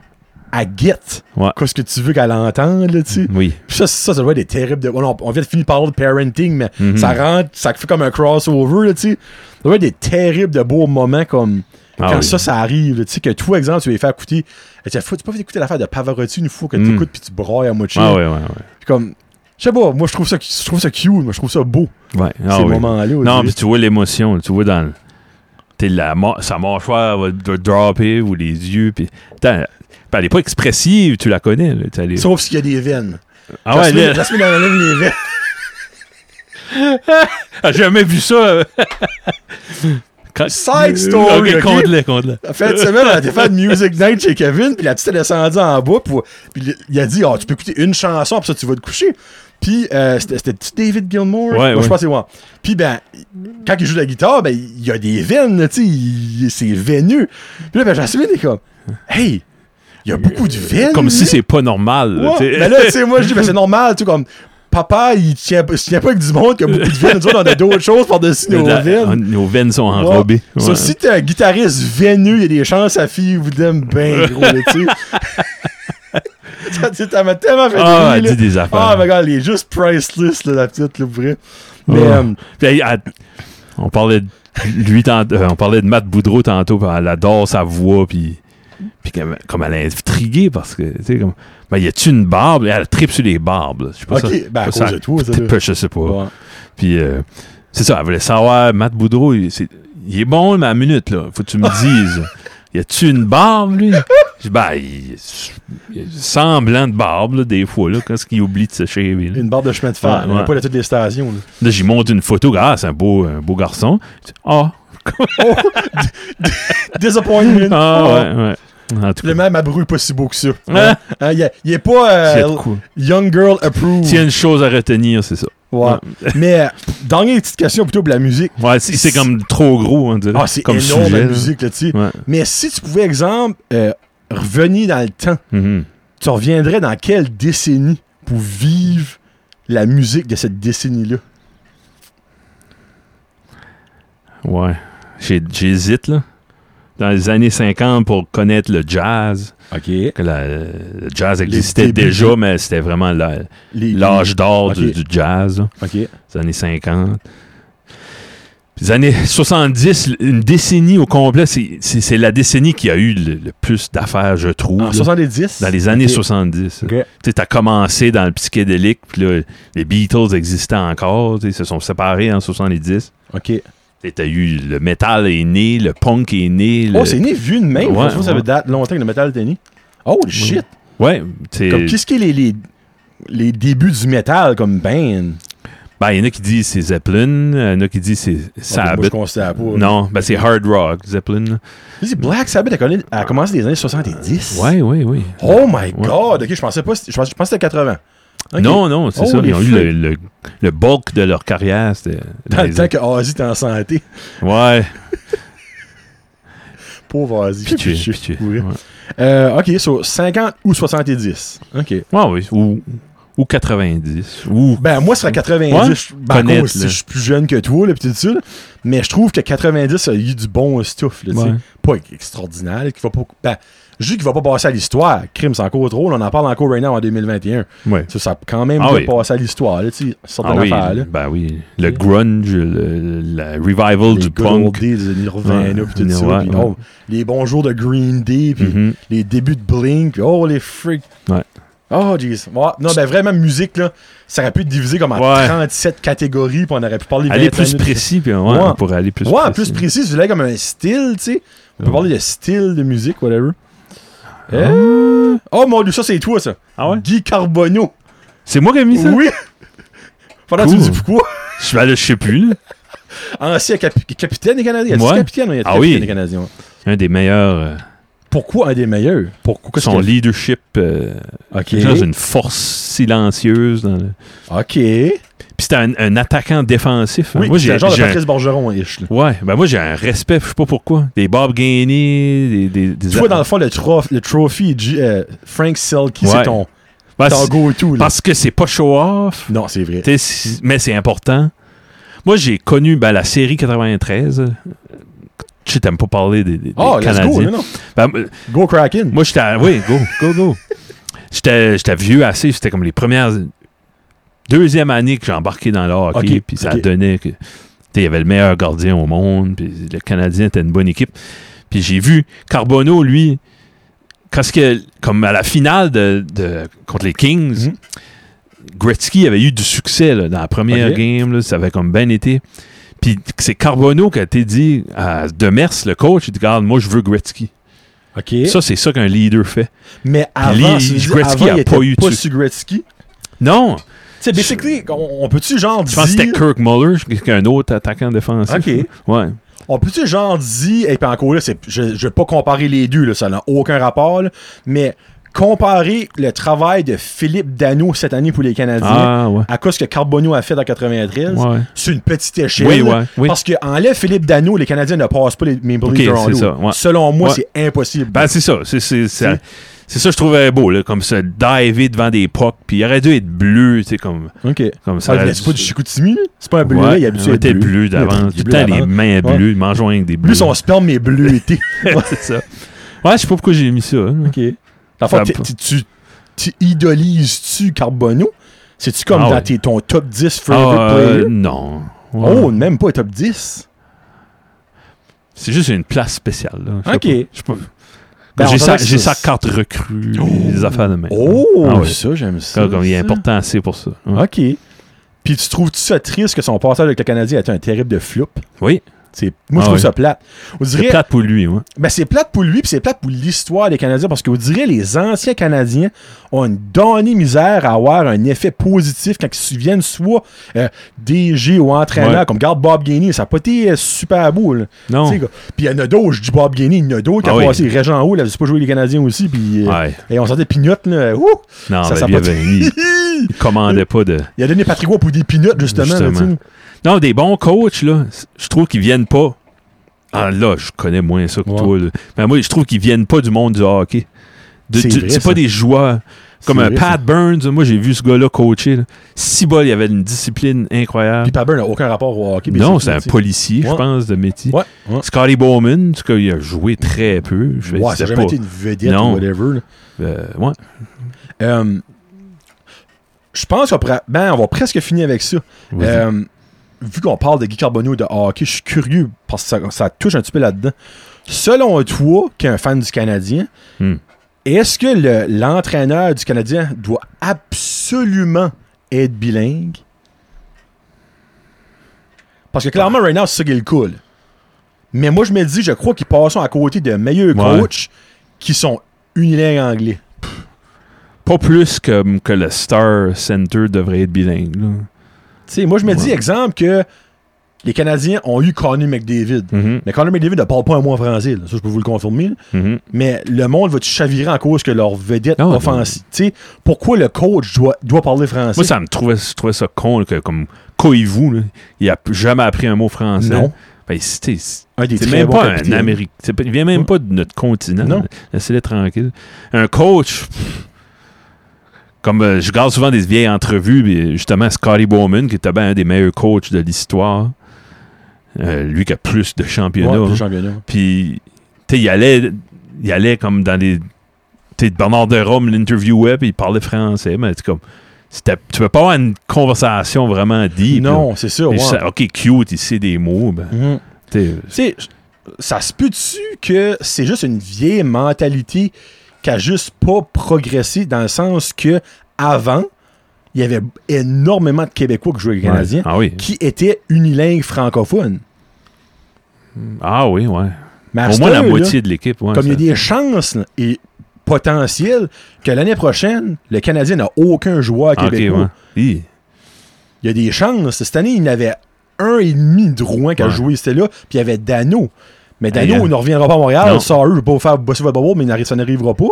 [SPEAKER 1] elle guette
[SPEAKER 2] Ouais.
[SPEAKER 1] qu'est-ce que tu veux qu'elle entende, là, tu sais.
[SPEAKER 2] Oui.
[SPEAKER 1] Puis Ça, ça, ça doit être des terribles. De... oh non, on vient de finir par parler de parenting, mais
[SPEAKER 2] Mhm.
[SPEAKER 1] ça rentre, ça fait comme un crossover, là, tu sais. Ça doit être des terribles de beaux moments comme.
[SPEAKER 2] Ah
[SPEAKER 1] quand
[SPEAKER 2] oui.
[SPEAKER 1] ça, ça arrive, tu sais, que toi, exemple, tu vas les faire écouter. Et Tu fais, tu peux pas écouter l'affaire de Pavarotti une fois que tu
[SPEAKER 2] Mm.
[SPEAKER 1] écoutes puis tu brailles à moitié.
[SPEAKER 2] Ah ouais, ouais, ouais.
[SPEAKER 1] Puis comme, je sais pas, moi, je trouve ça, je trouve ça cute, moi, je trouve ça beau,
[SPEAKER 2] ouais. ah
[SPEAKER 1] ces
[SPEAKER 2] oui.
[SPEAKER 1] moments-là. on
[SPEAKER 2] Non,
[SPEAKER 1] dirait.
[SPEAKER 2] puis tu vois l'émotion, tu vois dans le- t'es la mo- sa mâchoire va, va dropper ou les yeux puis Attends, puis elle est pas expressive, tu la connais. là, t'as les-
[SPEAKER 1] Sauf s'il y a des veines.
[SPEAKER 2] Ah ouais,
[SPEAKER 1] Jasmine-
[SPEAKER 2] là,
[SPEAKER 1] Jasmine, elle enlève les veines.
[SPEAKER 2] j'ai jamais vu ça. Quand-
[SPEAKER 1] Side story,
[SPEAKER 2] Ok,
[SPEAKER 1] ok?
[SPEAKER 2] compte-le, compte-le.
[SPEAKER 1] La fin de semaine, on a été faire de Music Night chez Kevin, puis la petite est descendue en bas, pour- puis le- il a dit Ah, tu peux écouter une chanson, puis ça, tu vas te coucher. Puis euh, c'était c'était tu David Gilmour,
[SPEAKER 2] Ouais,
[SPEAKER 1] Moi,
[SPEAKER 2] ouais.
[SPEAKER 1] je pense que c'est moi. Puis ben, quand il joue de la guitare, ben il y a des veines, là, tu sais, il- c'est veineux. Puis là, ben Jasmine est comme Hey, il y a beaucoup de veines.
[SPEAKER 2] Comme si
[SPEAKER 1] là.
[SPEAKER 2] c'est pas normal. là,
[SPEAKER 1] Ouais.
[SPEAKER 2] t'sais.
[SPEAKER 1] Ben là, tu sais, moi, je dis, ben c'est normal, tu sais, comme. Papa, il tient, il tient pas avec du monde qui a beaucoup de veines. Nous autres, on a d'autres choses par-dessus nos
[SPEAKER 2] La- ah,
[SPEAKER 1] veines.
[SPEAKER 2] on- nos veines sont
[SPEAKER 1] Ouais.
[SPEAKER 2] enrobées.
[SPEAKER 1] Ça,
[SPEAKER 2] Ouais.
[SPEAKER 1] si t'es un guitariste veineux, il y a des chances sa fille vous aime bien gros, là, tu sais. Ça, tu sais. Ça m'a tellement fait
[SPEAKER 2] Ah, elle
[SPEAKER 1] rire,
[SPEAKER 2] dit
[SPEAKER 1] là.
[SPEAKER 2] des affaires.
[SPEAKER 1] Ah, mais regarde, elle est juste priceless, là, la petite, là, pour vrai. Mais,
[SPEAKER 2] Ouais.
[SPEAKER 1] euh,
[SPEAKER 2] Puis, elle- elle- on parlait de lui tant- euh, on parlait de Matt Boudreau tantôt, puis elle adore sa voix, puis puis comme, comme elle est intriguée parce que tu sais comme ben y a-tu une barbe elle tripe sur les barbes là. je sais pas
[SPEAKER 1] ok,
[SPEAKER 2] ça
[SPEAKER 1] ben, à
[SPEAKER 2] ça-
[SPEAKER 1] cause de toi, ça, là.
[SPEAKER 2] Peu, je sais pas
[SPEAKER 1] Ouais.
[SPEAKER 2] puis euh, c'est ça elle voulait savoir Matt Boudreau il c'est- il est bon mais à la minute là faut que tu me dises y a-tu une barbe lui Je dis, ben il, il a semblant de barbe là, des fois là quand ce qu'il oublie de se shaver là.
[SPEAKER 1] Une barbe de chemin de fer.
[SPEAKER 2] Ouais,
[SPEAKER 1] Il y en a
[SPEAKER 2] ouais.
[SPEAKER 1] pas de toutes les stations, là.
[SPEAKER 2] Là, j'y montre une photo. Ah, c'est un beau, un beau garçon. Je dis, Ah,
[SPEAKER 1] Oh, Disappointment.
[SPEAKER 2] ah, ouais, ouais. En tout
[SPEAKER 1] Le
[SPEAKER 2] cas,
[SPEAKER 1] même Abreu est pas si beau que ça.
[SPEAKER 2] Ah.
[SPEAKER 1] Hein, il, est- il est pas euh,
[SPEAKER 2] s'il y a de quoi.
[SPEAKER 1] Young Girl Approved.
[SPEAKER 2] S'il y a une chose à retenir, c'est ça.
[SPEAKER 1] Ouais. Mais, euh, dernière petite question plutôt pour la musique.
[SPEAKER 2] Ouais, c'est c'est comme trop gros, on dirait.
[SPEAKER 1] Ah, c'est
[SPEAKER 2] comme
[SPEAKER 1] énorme
[SPEAKER 2] sujet,
[SPEAKER 1] la
[SPEAKER 2] là.
[SPEAKER 1] musique, là, tu sais.
[SPEAKER 2] Ouais.
[SPEAKER 1] Mais si tu pouvais, exemple, euh, revenir dans le temps,
[SPEAKER 2] Mhm.
[SPEAKER 1] tu reviendrais dans quelle décennie pour vivre la musique de cette décennie-là?
[SPEAKER 2] Ouais. J'ai- J'hésite, là. Dans les années 50, pour connaître le jazz,
[SPEAKER 1] OK. Les,
[SPEAKER 2] que la- le jazz existait
[SPEAKER 1] débuts.
[SPEAKER 2] déjà, mais c'était vraiment la- l'âge d'or
[SPEAKER 1] Ok.
[SPEAKER 2] du, du jazz, là.
[SPEAKER 1] OK.
[SPEAKER 2] les années 50. Puis Les années 70, une décennie au complet, c'est- c'est c'est la décennie qui a eu le, le plus d'affaires, je trouve.
[SPEAKER 1] En
[SPEAKER 2] là.
[SPEAKER 1] 70?
[SPEAKER 2] dans les années
[SPEAKER 1] Ok.
[SPEAKER 2] 70. là.
[SPEAKER 1] OK.
[SPEAKER 2] Tu sais, t'as commencé dans le psychédélique, puis là, les Beatles existaient encore, tu sais, ils se sont séparés en 70.
[SPEAKER 1] OK.
[SPEAKER 2] Tu as eu le métal est né, le punk est né.
[SPEAKER 1] Oh,
[SPEAKER 2] le-
[SPEAKER 1] c'est né vu de même.
[SPEAKER 2] Ouais,
[SPEAKER 1] je pense que ça
[SPEAKER 2] ouais.
[SPEAKER 1] date longtemps que le métal était né. Oh, shit!
[SPEAKER 2] Ouais, tu
[SPEAKER 1] Comme,
[SPEAKER 2] sais,
[SPEAKER 1] qu'est-ce qui est les, les, les débuts du métal comme band?
[SPEAKER 2] ben, il y en a qui disent c'est Zeppelin, il y en a qui disent c'est
[SPEAKER 1] Ah, moi, je
[SPEAKER 2] Sabbath.
[SPEAKER 1] considère pas.
[SPEAKER 2] non, ben c'est hard rock, Zeppelin. là.
[SPEAKER 1] Tu sais, Black Sabbath a, connu- a commencé dans les années 70.
[SPEAKER 2] Ouais, ouais, oui.
[SPEAKER 1] Oh my
[SPEAKER 2] Ouais.
[SPEAKER 1] god! OK, je pensais pas... Je pensais, je pensais que c'était 80. OK.
[SPEAKER 2] Non, non, c'est
[SPEAKER 1] Oh,
[SPEAKER 2] ça.
[SPEAKER 1] les
[SPEAKER 2] Ils ont eu le, le, le bulk de leur carrière. C'était
[SPEAKER 1] Dans le
[SPEAKER 2] les-
[SPEAKER 1] temps que Ozzy était en santé.
[SPEAKER 2] Ouais,
[SPEAKER 1] Pauvre Ozzy.
[SPEAKER 2] puis tu
[SPEAKER 1] Pitché,
[SPEAKER 2] puis tu-
[SPEAKER 1] pourri.
[SPEAKER 2] ouais.
[SPEAKER 1] Euh, ok, so 50 ou 70. Ok.
[SPEAKER 2] Ouais, oui. Ou, ou 90. Ou
[SPEAKER 1] Ben, moi, ce serait 90.
[SPEAKER 2] Ouais,
[SPEAKER 1] je- ben,
[SPEAKER 2] connaître,
[SPEAKER 1] gros, si
[SPEAKER 2] là.
[SPEAKER 1] je suis plus jeune que toi, là, pis tout ça, là. Mais je trouve que 90, ça y a du bon euh, stuff, là, tu sais.
[SPEAKER 2] Ouais.
[SPEAKER 1] Pas extraordinaire, là, qui va pas. Ben, juste qu'il va pas passer à l'histoire. Crime, c'est encore trop. là, On en parle encore right now en 2021.
[SPEAKER 2] Ouais.
[SPEAKER 1] Ça, ça a quand même
[SPEAKER 2] Ah
[SPEAKER 1] pas
[SPEAKER 2] oui.
[SPEAKER 1] passer à l'histoire, là, tu sais. Certaines
[SPEAKER 2] Ah oui,
[SPEAKER 1] affaires, là.
[SPEAKER 2] ben oui. Le
[SPEAKER 1] Ok.
[SPEAKER 2] grunge, le, la revival
[SPEAKER 1] Les
[SPEAKER 2] du
[SPEAKER 1] good old
[SPEAKER 2] punk.
[SPEAKER 1] days de Nirvana,
[SPEAKER 2] Ouais,
[SPEAKER 1] pis tout ça.
[SPEAKER 2] ouais,
[SPEAKER 1] pis,
[SPEAKER 2] ouais.
[SPEAKER 1] oh, les bons jours de Green Day, pis
[SPEAKER 2] Mhm.
[SPEAKER 1] les débuts de Blink, puis oh les freaks.
[SPEAKER 2] Ouais.
[SPEAKER 1] Oh jeez. Ouais, Non, ben vraiment musique là, ça aurait pu être divisé comme en
[SPEAKER 2] Ouais.
[SPEAKER 1] 37 catégories, puis on aurait pu parler 20
[SPEAKER 2] Aller plus
[SPEAKER 1] minutes.
[SPEAKER 2] précis, puis ouais,
[SPEAKER 1] Ouais.
[SPEAKER 2] on pourrait aller plus
[SPEAKER 1] Ouais, plus
[SPEAKER 2] précis.
[SPEAKER 1] précis, c'est là comme un style, tu sais. On peut
[SPEAKER 2] Ouais.
[SPEAKER 1] parler de style de musique whatever. Euh, Oh mon dieu, ça c'est toi ça.
[SPEAKER 2] Ah ouais?
[SPEAKER 1] Guy Carbonneau.
[SPEAKER 2] C'est moi qui ai mis ça?
[SPEAKER 1] Oui. Pendant que tu
[SPEAKER 2] Cool.
[SPEAKER 1] me dis pourquoi
[SPEAKER 2] Je, ben là, je sais plus. là.
[SPEAKER 1] Ancien capi- capitaine des Canadiens. Il y a
[SPEAKER 2] Ouais.
[SPEAKER 1] capitaine, il y a
[SPEAKER 2] Ah
[SPEAKER 1] capitaine
[SPEAKER 2] oui.
[SPEAKER 1] des Canadiens. ouais.
[SPEAKER 2] Un des meilleurs. euh,
[SPEAKER 1] Pourquoi un des meilleurs Pourquoi
[SPEAKER 2] son
[SPEAKER 1] qu'est-ce
[SPEAKER 2] leadership. euh,
[SPEAKER 1] que-
[SPEAKER 2] quelque chose,
[SPEAKER 1] OK.
[SPEAKER 2] une force silencieuse. dans le-
[SPEAKER 1] OK.
[SPEAKER 2] Puis c'était un, un attaquant défensif. hein.
[SPEAKER 1] Oui,
[SPEAKER 2] moi,
[SPEAKER 1] c'est
[SPEAKER 2] j'ai
[SPEAKER 1] le genre de
[SPEAKER 2] j'ai un-
[SPEAKER 1] Patrice Bergeron ish. là.
[SPEAKER 2] Ouais, ben moi j'ai un respect, je sais pas pourquoi. Des Bob Gainey, des. des, des
[SPEAKER 1] Tu vois, dans le fond, le, trof- le trophy G- euh, Frank Selke,
[SPEAKER 2] Ouais.
[SPEAKER 1] c'est ton,
[SPEAKER 2] Ben,
[SPEAKER 1] ton
[SPEAKER 2] c'est-
[SPEAKER 1] go-to. là.
[SPEAKER 2] Parce que c'est pas show-off,
[SPEAKER 1] Non, c'est vrai.
[SPEAKER 2] t'sais, si- mais c'est important. Moi j'ai connu ben, la série 93. euh, Tu sais, t'aimes pas parler des, des- des
[SPEAKER 1] Oh, let's go.
[SPEAKER 2] Canadiens.
[SPEAKER 1] Non, non.
[SPEAKER 2] Ben, euh,
[SPEAKER 1] Go Kraken.
[SPEAKER 2] moi j'étais. à- Oui, go, go, go. J'étais j'étais vieux assez, c'était comme les premières. Deuxième année que j'ai embarqué dans le hockey,
[SPEAKER 1] Ok,
[SPEAKER 2] puis ça
[SPEAKER 1] ok.
[SPEAKER 2] donnait que. t'sais, Il y avait le meilleur gardien au monde, puis le Canadien était une bonne équipe. Puis j'ai vu Carbono, lui, quand ce que, comme à la finale de, de- contre les Kings,
[SPEAKER 1] Mhm.
[SPEAKER 2] Gretzky avait eu du succès là, dans la première
[SPEAKER 1] Ok.
[SPEAKER 2] game. là, ça avait comme bien été. Puis c'est Carbono qui a été dit à Demers, le coach, il dit Regarde, moi, je veux Gretzky.
[SPEAKER 1] OK.
[SPEAKER 2] Ça, c'est ça qu'un leader fait.
[SPEAKER 1] mais
[SPEAKER 2] Lee-
[SPEAKER 1] avant, c'est-
[SPEAKER 2] Gretzky
[SPEAKER 1] avant,
[SPEAKER 2] a
[SPEAKER 1] il
[SPEAKER 2] pas
[SPEAKER 1] était
[SPEAKER 2] eu
[SPEAKER 1] pas
[SPEAKER 2] de-
[SPEAKER 1] sur Gretzky.
[SPEAKER 2] Non,
[SPEAKER 1] Tu sais, basically, on, on peut-tu genre
[SPEAKER 2] je pense que c'était
[SPEAKER 1] dire...
[SPEAKER 2] Kirk Muller, un autre attaquant défensif.
[SPEAKER 1] Ok.
[SPEAKER 2] Ouais.
[SPEAKER 1] On peut-tu genre dire... Et puis encore là, c'est- je, je vais pas comparer les deux, là, ça n'a aucun rapport, là, mais comparer le travail de Philippe Dano cette année pour les Canadiens
[SPEAKER 2] Ah, ouais.
[SPEAKER 1] à cause que Carbonneau a fait en 93,
[SPEAKER 2] Ouais.
[SPEAKER 1] sur une petite échelle.
[SPEAKER 2] Oui, ouais, oui.
[SPEAKER 1] Parce qu'enlève Philippe Dano, les Canadiens ne passent pas les Maple
[SPEAKER 2] Ok,
[SPEAKER 1] Leafs de
[SPEAKER 2] c'est
[SPEAKER 1] Toronto.
[SPEAKER 2] ça, ouais.
[SPEAKER 1] Selon moi,
[SPEAKER 2] Ouais.
[SPEAKER 1] c'est impossible.
[SPEAKER 2] Ben, c'est ça. C'est, c'est, c'est,
[SPEAKER 1] Si.
[SPEAKER 2] c'est ça que je trouvais beau, là, comme ça, diver devant des pucks. Puis il aurait dû être bleu, tu sais, comme,
[SPEAKER 1] OK.
[SPEAKER 2] comme ça.
[SPEAKER 1] Ça
[SPEAKER 2] aurait
[SPEAKER 1] ah,
[SPEAKER 2] dû-
[SPEAKER 1] c'est pas du Chicoutimi, là? C'est pas un bleu, là, il est habitué
[SPEAKER 2] on
[SPEAKER 1] à
[SPEAKER 2] était
[SPEAKER 1] être bleu.
[SPEAKER 2] bleu
[SPEAKER 1] Il
[SPEAKER 2] d'avant.
[SPEAKER 1] est
[SPEAKER 2] Tout le
[SPEAKER 1] bleu
[SPEAKER 2] temps, les
[SPEAKER 1] d'avant.
[SPEAKER 2] mains
[SPEAKER 1] Ouais.
[SPEAKER 2] bleues. Mangeons avec des bleus.
[SPEAKER 1] Plus son sperme est bleuté.
[SPEAKER 2] c'est ça. Ouais, je sais pas pourquoi j'ai mis ça. hein.
[SPEAKER 1] OK. Dans le fond,
[SPEAKER 2] Ça-
[SPEAKER 1] t'es- t'es- tu tu idolises-tu Carbono? C'est-tu comme
[SPEAKER 2] Ah
[SPEAKER 1] dans
[SPEAKER 2] ouais.
[SPEAKER 1] tes, ton top 10 favorite
[SPEAKER 2] Ah, euh,
[SPEAKER 1] player?
[SPEAKER 2] non. Ouais.
[SPEAKER 1] Oh, même pas top 10.
[SPEAKER 2] C'est juste une place spéciale. là. Je sais
[SPEAKER 1] Ok.
[SPEAKER 2] pas. Je sais pas.
[SPEAKER 1] Ben,
[SPEAKER 2] j'ai,
[SPEAKER 1] on
[SPEAKER 2] sa,
[SPEAKER 1] dirait que
[SPEAKER 2] j'ai
[SPEAKER 1] ça-
[SPEAKER 2] sa carte recrue,
[SPEAKER 1] Oh.
[SPEAKER 2] les affaires de main.
[SPEAKER 1] Oh,
[SPEAKER 2] Ah ouais.
[SPEAKER 1] ça, j'aime ça.
[SPEAKER 2] Ça, comme il est
[SPEAKER 1] ça.
[SPEAKER 2] important assez pour ça. Ouais.
[SPEAKER 1] OK. Puis tu trouves-tu ça triste que son passage avec le Canadien a été un terrible de floup?
[SPEAKER 2] Oui,
[SPEAKER 1] C'est- Moi,
[SPEAKER 2] Ah
[SPEAKER 1] je trouve
[SPEAKER 2] oui.
[SPEAKER 1] ça plate. On
[SPEAKER 2] c'est
[SPEAKER 1] dirait,
[SPEAKER 2] plate pour lui. ouais.
[SPEAKER 1] ben, c'est plate pour lui, puis c'est plate pour l'histoire des Canadiens, parce qu'on dirait les anciens Canadiens ont une donnée misère à avoir un effet positif quand ils se souviennent soit euh, DG ou entraîneur,
[SPEAKER 2] Ouais.
[SPEAKER 1] comme garde Bob Gainey, ça n'a pas été euh, super beau. Là.
[SPEAKER 2] Non.
[SPEAKER 1] Tu sais, quoi. Puis il y en a d'autres, je dis Bob Gainey, il y en a d'autres qui
[SPEAKER 2] Ah
[SPEAKER 1] ont
[SPEAKER 2] oui.
[SPEAKER 1] passé Régent Haut, là, c'est pas joué les Canadiens aussi, puis euh,
[SPEAKER 2] Ouais.
[SPEAKER 1] et on sentait pignotte, là, ouh!
[SPEAKER 2] Non,
[SPEAKER 1] Ça,
[SPEAKER 2] ben,
[SPEAKER 1] ça
[SPEAKER 2] lui,
[SPEAKER 1] a pas
[SPEAKER 2] avait- il il commandait pas de.
[SPEAKER 1] il a donné Patrick Roy pour des pinottes, justement. là,
[SPEAKER 2] Justement.
[SPEAKER 1] tu sais.
[SPEAKER 2] Non, des bons coachs, là, c- je trouve qu'ils viennent pas. Ah, là, je connais moins ça que
[SPEAKER 1] Ouais.
[SPEAKER 2] toi. là. Mais moi, je trouve qu'ils viennent pas du monde du hockey. De-
[SPEAKER 1] C'est
[SPEAKER 2] du-
[SPEAKER 1] vrai,
[SPEAKER 2] C'est
[SPEAKER 1] ça.
[SPEAKER 2] pas des joueurs. Comme
[SPEAKER 1] C'est
[SPEAKER 2] un
[SPEAKER 1] vrai,
[SPEAKER 2] Pat Burns, moi j'ai vu ce gars-là coacher. là. Si bol, il avait une discipline incroyable.
[SPEAKER 1] Puis Paber n'a aucun rapport au hockey.
[SPEAKER 2] non,
[SPEAKER 1] basically,
[SPEAKER 2] c'est un
[SPEAKER 1] tu sais.
[SPEAKER 2] policier, je
[SPEAKER 1] Ouais.
[SPEAKER 2] pense, de métier.
[SPEAKER 1] Ouais, ouais.
[SPEAKER 2] Scotty Bowman, en tout cas, il a joué très peu. Je
[SPEAKER 1] Ouais, ça
[SPEAKER 2] sais
[SPEAKER 1] n'a
[SPEAKER 2] pas.
[SPEAKER 1] jamais été une vedette
[SPEAKER 2] Non.
[SPEAKER 1] ou whatever. là.
[SPEAKER 2] Euh, ouais.
[SPEAKER 1] Euh, je pense qu'on pourra- ben, on va presque finir avec ça.
[SPEAKER 2] Vas-y.
[SPEAKER 1] Euh, vu qu'on parle de Guy Carbonneau et de hockey, je suis curieux parce que ça, ça touche un petit peu là-dedans. Selon toi, qui est un fan du Canadien,
[SPEAKER 2] Hmm.
[SPEAKER 1] est-ce que le- l'entraîneur du Canadien doit absolument être bilingue? Parce que clairement, right now, c'est ça qui est le cool. Mais moi, je me dis, je crois qu'ils passent à côté de meilleurs
[SPEAKER 2] Ouais.
[SPEAKER 1] coachs qui sont unilingues anglais.
[SPEAKER 2] Pas plus que, que le Star Center devrait être bilingue. là.
[SPEAKER 1] Tu sais, moi, je me dis,
[SPEAKER 2] Ouais.
[SPEAKER 1] exemple, que les Canadiens ont eu Connie McDavid.
[SPEAKER 2] Mhm,
[SPEAKER 1] Mais Connie McDavid ne parle pas un mot en français, là. ça, je peux vous le confirmer. là.
[SPEAKER 2] mhm.
[SPEAKER 1] Mais le monde va-tu chavirer en cause que leur vedette
[SPEAKER 2] Non, non.
[SPEAKER 1] offensive. Tu sais, pourquoi le coach doit, doit parler français?
[SPEAKER 2] Moi, ça me trouvait, je trouvais ça con, là, que, comme Koivu, là, il a jamais appris un mot français.
[SPEAKER 1] Non.
[SPEAKER 2] Ben, c'est c'est-
[SPEAKER 1] un des
[SPEAKER 2] c'est
[SPEAKER 1] très
[SPEAKER 2] même
[SPEAKER 1] bons
[SPEAKER 2] pas un
[SPEAKER 1] capitaines.
[SPEAKER 2] Américain. C'est pas- Il vient même
[SPEAKER 1] Ouais.
[SPEAKER 2] pas de notre continent.
[SPEAKER 1] Non.
[SPEAKER 2] là. Laissez-les tranquilles. Un coach. pff, Comme euh, je garde souvent des vieilles entrevues, mais justement, Scotty Bowman, qui était ben un des meilleurs coachs de l'histoire, euh, lui qui a plus de
[SPEAKER 1] Ouais,
[SPEAKER 2] championnats.
[SPEAKER 1] plus
[SPEAKER 2] hein.
[SPEAKER 1] championnat, ouais.
[SPEAKER 2] Puis, tu sais, il allait, il allait comme dans les. Tu sais, Bernard de Rome l'interviewait, puis il parlait français, mais c'est comme. c'était- Tu peux pas avoir une conversation vraiment deep. là.
[SPEAKER 1] Non, c'est ça.
[SPEAKER 2] Et
[SPEAKER 1] ouais.
[SPEAKER 2] je sais, ok, cute, il sait des mots. Ben,
[SPEAKER 1] Mhm.
[SPEAKER 2] tu sais,
[SPEAKER 1] Tu sais, j- ça se peut-tu que c'est juste une vieille mentalité qui a juste pas progressé dans le sens que avant, il y avait énormément de Québécois qui jouaient avec les Canadiens.
[SPEAKER 2] Ah oui.
[SPEAKER 1] qui était unilingue francophone.
[SPEAKER 2] Ah oui, ouais.
[SPEAKER 1] Mais à
[SPEAKER 2] Au
[SPEAKER 1] cette
[SPEAKER 2] moins la
[SPEAKER 1] heure, là,
[SPEAKER 2] moitié de l'équipe. ouais,
[SPEAKER 1] comme il y a
[SPEAKER 2] ça-
[SPEAKER 1] des chances là, et potentielles que l'année prochaine, le Canadien n'a aucun joueur
[SPEAKER 2] Ah, ok,
[SPEAKER 1] québécois.
[SPEAKER 2] ouais. Hi.
[SPEAKER 1] Il y a des chances. Cette année, il y en avait un et demi de Rouen qui a
[SPEAKER 2] Ouais.
[SPEAKER 1] joué, c'était là, puis il y avait Dano. Mais Dano,
[SPEAKER 2] Hey, euh,
[SPEAKER 1] il ne reviendra pas à Montréal.
[SPEAKER 2] non.
[SPEAKER 1] Ça, eux, je vais pas vous faire bosser votre bobo, mais il n'arrive- ça n'arrivera pas.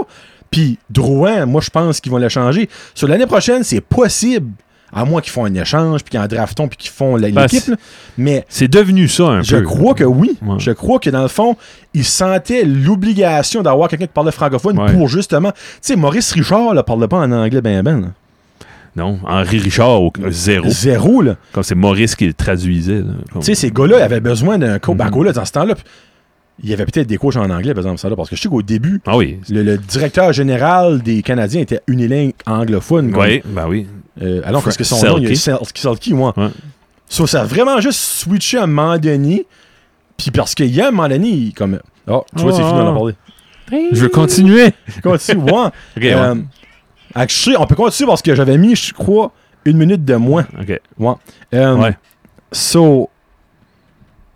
[SPEAKER 1] Puis Drouin, moi, je pense qu'ils vont le changer. Sur l'année prochaine, c'est possible, à moins qu'ils font un échange, puis qu'ils en draftent, puis qu'ils font la-
[SPEAKER 2] Ben,
[SPEAKER 1] l'équipe.
[SPEAKER 2] c'est-
[SPEAKER 1] là. mais
[SPEAKER 2] C'est devenu ça un
[SPEAKER 1] Je
[SPEAKER 2] peu.
[SPEAKER 1] crois que oui.
[SPEAKER 2] Ouais.
[SPEAKER 1] Je crois que dans le fond, il sentait l'obligation d'avoir quelqu'un qui parlait francophone
[SPEAKER 2] Ouais.
[SPEAKER 1] pour justement. Tu sais, Maurice Richard ne parlait pas en anglais ben ben. là.
[SPEAKER 2] Non, Henri Richard, au- euh, zéro.
[SPEAKER 1] Zéro, là.
[SPEAKER 2] Comme c'est Maurice qui le traduisait. là, comme-
[SPEAKER 1] Tu sais, ces gars-là avaient besoin d'un coach. Ben,
[SPEAKER 2] Mhm.
[SPEAKER 1] gars-là, dans ce temps-là, puis il y avait peut-être des coachs en anglais, par exemple, ça, là, parce que je sais qu'au début,
[SPEAKER 2] Ah oui.
[SPEAKER 1] le, le directeur général des Canadiens était unilingue anglophone. quoi.
[SPEAKER 2] Oui, ben oui.
[SPEAKER 1] Euh, alors, parce que son nom, il y a Selkie, Selkie, moi.
[SPEAKER 2] Ouais.
[SPEAKER 1] So, ça a vraiment juste switché à un moment donné. Puis parce qu'il y a un moment donné, il- comme, Oh, tu vois, c'est fini d'en
[SPEAKER 2] Oh.
[SPEAKER 1] parler.
[SPEAKER 2] Je veux continuer.
[SPEAKER 1] Continue, ouais.
[SPEAKER 2] Ok,
[SPEAKER 1] Euh, actually, on peut continuer parce que j'avais mis, je crois, une minute de moins.
[SPEAKER 2] ouais.
[SPEAKER 1] Euh,
[SPEAKER 2] Ouais.
[SPEAKER 1] So,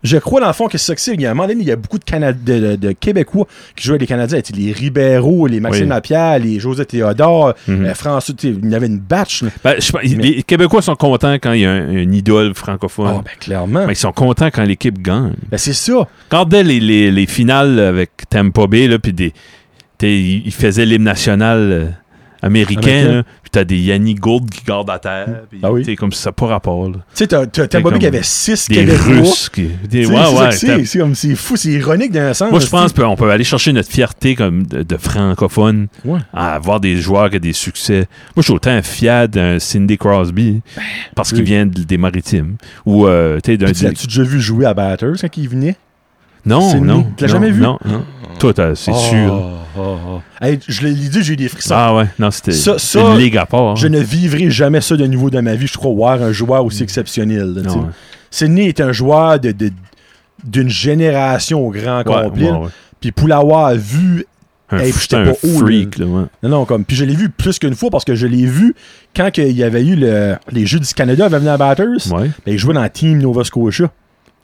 [SPEAKER 1] je crois dans le fond que c'est ça que c'est. Il y a un moment donné, il y a beaucoup de, Cana- de, de- de Québécois qui jouaient avec les Canadiens. Tu sais, Les Ribeiro, les Maxime
[SPEAKER 2] Oui.
[SPEAKER 1] Lapierre, les José Théodore,
[SPEAKER 2] Mhm.
[SPEAKER 1] euh, François. tu sais, Il y avait une batch. là.
[SPEAKER 2] Ben, je sais pas,
[SPEAKER 1] Mais-
[SPEAKER 2] Les Québécois sont contents quand il y a un- une idole francophone.
[SPEAKER 1] Ah, ben clairement.
[SPEAKER 2] Ben, ils sont contents quand l'équipe gagne.
[SPEAKER 1] Ben, c'est ça.
[SPEAKER 2] Regardez les, les, les finales avec Tampa Bay, là, puis des. t'sais, Ils ils faisaient l'hymne national euh, américain,
[SPEAKER 1] Américain.
[SPEAKER 2] là, puis t'as des Yanni Gould qui gardent à terre. puis
[SPEAKER 1] Ah oui.
[SPEAKER 2] t'sais, Comme si ça n'a pas rapport. là.
[SPEAKER 1] Tu sais, t'as- t'as t'as
[SPEAKER 2] C'est
[SPEAKER 1] Bobby qui
[SPEAKER 2] comme
[SPEAKER 1] avait 6
[SPEAKER 2] Des
[SPEAKER 1] Québécois.
[SPEAKER 2] Russes qui. Des,
[SPEAKER 1] Tu sais,
[SPEAKER 2] ouais,
[SPEAKER 1] c'est ça que
[SPEAKER 2] ouais, t'as-
[SPEAKER 1] c'est. C'est comme- c'est fou, c'est ironique d'un sens.
[SPEAKER 2] Moi, je
[SPEAKER 1] c'est-
[SPEAKER 2] pense qu'on peut aller chercher notre fierté comme de, de francophone
[SPEAKER 1] Ouais.
[SPEAKER 2] à avoir des joueurs qui ont des succès. Moi, je suis autant fier d'un Cindy Crosby parce qu'il
[SPEAKER 1] oui.
[SPEAKER 2] vient de- des Maritimes. Ou, euh, tu sais, d'un.
[SPEAKER 1] Puis, tu L'as-tu déjà vu jouer à Batters quand il venait?
[SPEAKER 2] Non,
[SPEAKER 1] Sidney?
[SPEAKER 2] non.
[SPEAKER 1] Tu l'as
[SPEAKER 2] non,
[SPEAKER 1] jamais vu? Hein?
[SPEAKER 2] Non, non. Toi, t'as- c'est
[SPEAKER 1] Oh,
[SPEAKER 2] sûr.
[SPEAKER 1] oh, oh. Hey, je l'ai dit, j'ai eu des frissons.
[SPEAKER 2] Ah ouais, non, c'était
[SPEAKER 1] Ça- ça,
[SPEAKER 2] c'est une ligue à part. hein.
[SPEAKER 1] Je ne vivrai jamais ça de nouveau dans ma vie, je crois, voir un joueur aussi exceptionnel. là, tu sais.
[SPEAKER 2] Non, Mm. ouais.
[SPEAKER 1] Sidney est un joueur de, de- d'une génération au grand
[SPEAKER 2] Ouais,
[SPEAKER 1] complet.
[SPEAKER 2] ouais,
[SPEAKER 1] là.
[SPEAKER 2] ouais.
[SPEAKER 1] Puis pour l'avoir vu,
[SPEAKER 2] Un,
[SPEAKER 1] Hey,
[SPEAKER 2] f-
[SPEAKER 1] j'étais
[SPEAKER 2] un
[SPEAKER 1] pas haut, là.
[SPEAKER 2] freak, là, ouais.
[SPEAKER 1] non, non, comme. Puis je l'ai vu plus qu'une fois parce que je l'ai vu quand que il y avait eu le- les Jeux du Canada avaient venu à Batters.
[SPEAKER 2] Ouais.
[SPEAKER 1] ben, il jouait dans le team Nova Scotia.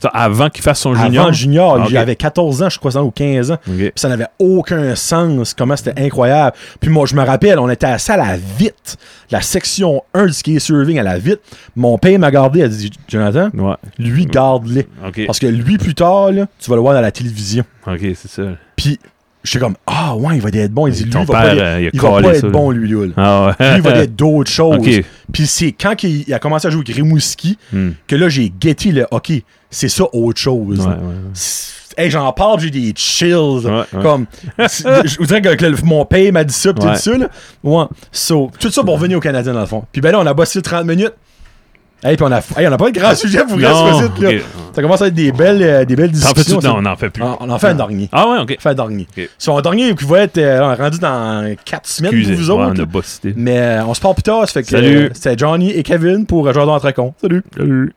[SPEAKER 2] Ça, avant qu'il fasse son junior.
[SPEAKER 1] Avant junior,
[SPEAKER 2] Ah,
[SPEAKER 1] il
[SPEAKER 2] ok.
[SPEAKER 1] avait 14 ans, je crois, ou 15 ans.
[SPEAKER 2] Ok.
[SPEAKER 1] Puis ça n'avait aucun sens, comment c'était incroyable. Puis moi, je me rappelle, on était à la salle à vite, la section 1 du ski serving à la vite. Mon père m'a gardé, il a dit Jonathan,
[SPEAKER 2] Ouais.
[SPEAKER 1] lui, garde-les.
[SPEAKER 2] Ok.
[SPEAKER 1] Parce que lui, plus tard, là, tu vas le voir dans la télévision.
[SPEAKER 2] Ok, c'est ça.
[SPEAKER 1] Puis j'étais comme, ah ouais, il va être bon. Il dit, lui,
[SPEAKER 2] Ton
[SPEAKER 1] il va pas
[SPEAKER 2] père,
[SPEAKER 1] être,
[SPEAKER 2] euh, il a
[SPEAKER 1] il va pas
[SPEAKER 2] calé
[SPEAKER 1] être
[SPEAKER 2] ça, là.
[SPEAKER 1] bon, lui, là.
[SPEAKER 2] Ah ouais.
[SPEAKER 1] Lui, il va être d'autres choses.
[SPEAKER 2] Ok.
[SPEAKER 1] Puis c'est quand qu'il- il a commencé à jouer avec Rimouski
[SPEAKER 2] Hmm.
[SPEAKER 1] que là, j'ai guetté le, ok, c'est ça autre chose.
[SPEAKER 2] Ouais,
[SPEAKER 1] là.
[SPEAKER 2] ouais, ouais.
[SPEAKER 1] C'est- Hey, j'en parle, j'ai des chills.
[SPEAKER 2] Ouais, ouais.
[SPEAKER 1] Comme, c'est- je vous dirais que le- mon père m'a dit ça, pis
[SPEAKER 2] Ouais.
[SPEAKER 1] tout ça, là. Ouais. So, tout ça pour revenir au Canadien, dans le fond. Puis ben là, on a bossé 30 minutes. Hey, puis on a, hey, on a pas de grand sujet pour reste
[SPEAKER 2] Non,
[SPEAKER 1] possible, là.
[SPEAKER 2] ok.
[SPEAKER 1] Ça commence à être des belles, euh, des belles
[SPEAKER 2] T'en fais-tu?
[SPEAKER 1] discussions. ça.
[SPEAKER 2] Non, on n'en fait plus.
[SPEAKER 1] Ah, on en fait un dernier.
[SPEAKER 2] Ah ouais, ok.
[SPEAKER 1] On fait un dernier.
[SPEAKER 2] Ok.
[SPEAKER 1] So, un dernier qui va être euh, rendu dans 4 semaines,
[SPEAKER 2] Excusez,
[SPEAKER 1] vous
[SPEAKER 2] ouais,
[SPEAKER 1] autres.
[SPEAKER 2] on
[SPEAKER 1] là.
[SPEAKER 2] a bossé.
[SPEAKER 1] Mais euh, on se parle plus tard, ça fait que
[SPEAKER 2] Salut.
[SPEAKER 1] euh, c'était Johnny et Kevin pour euh, Jordan Tracon. Salut.
[SPEAKER 2] Salut.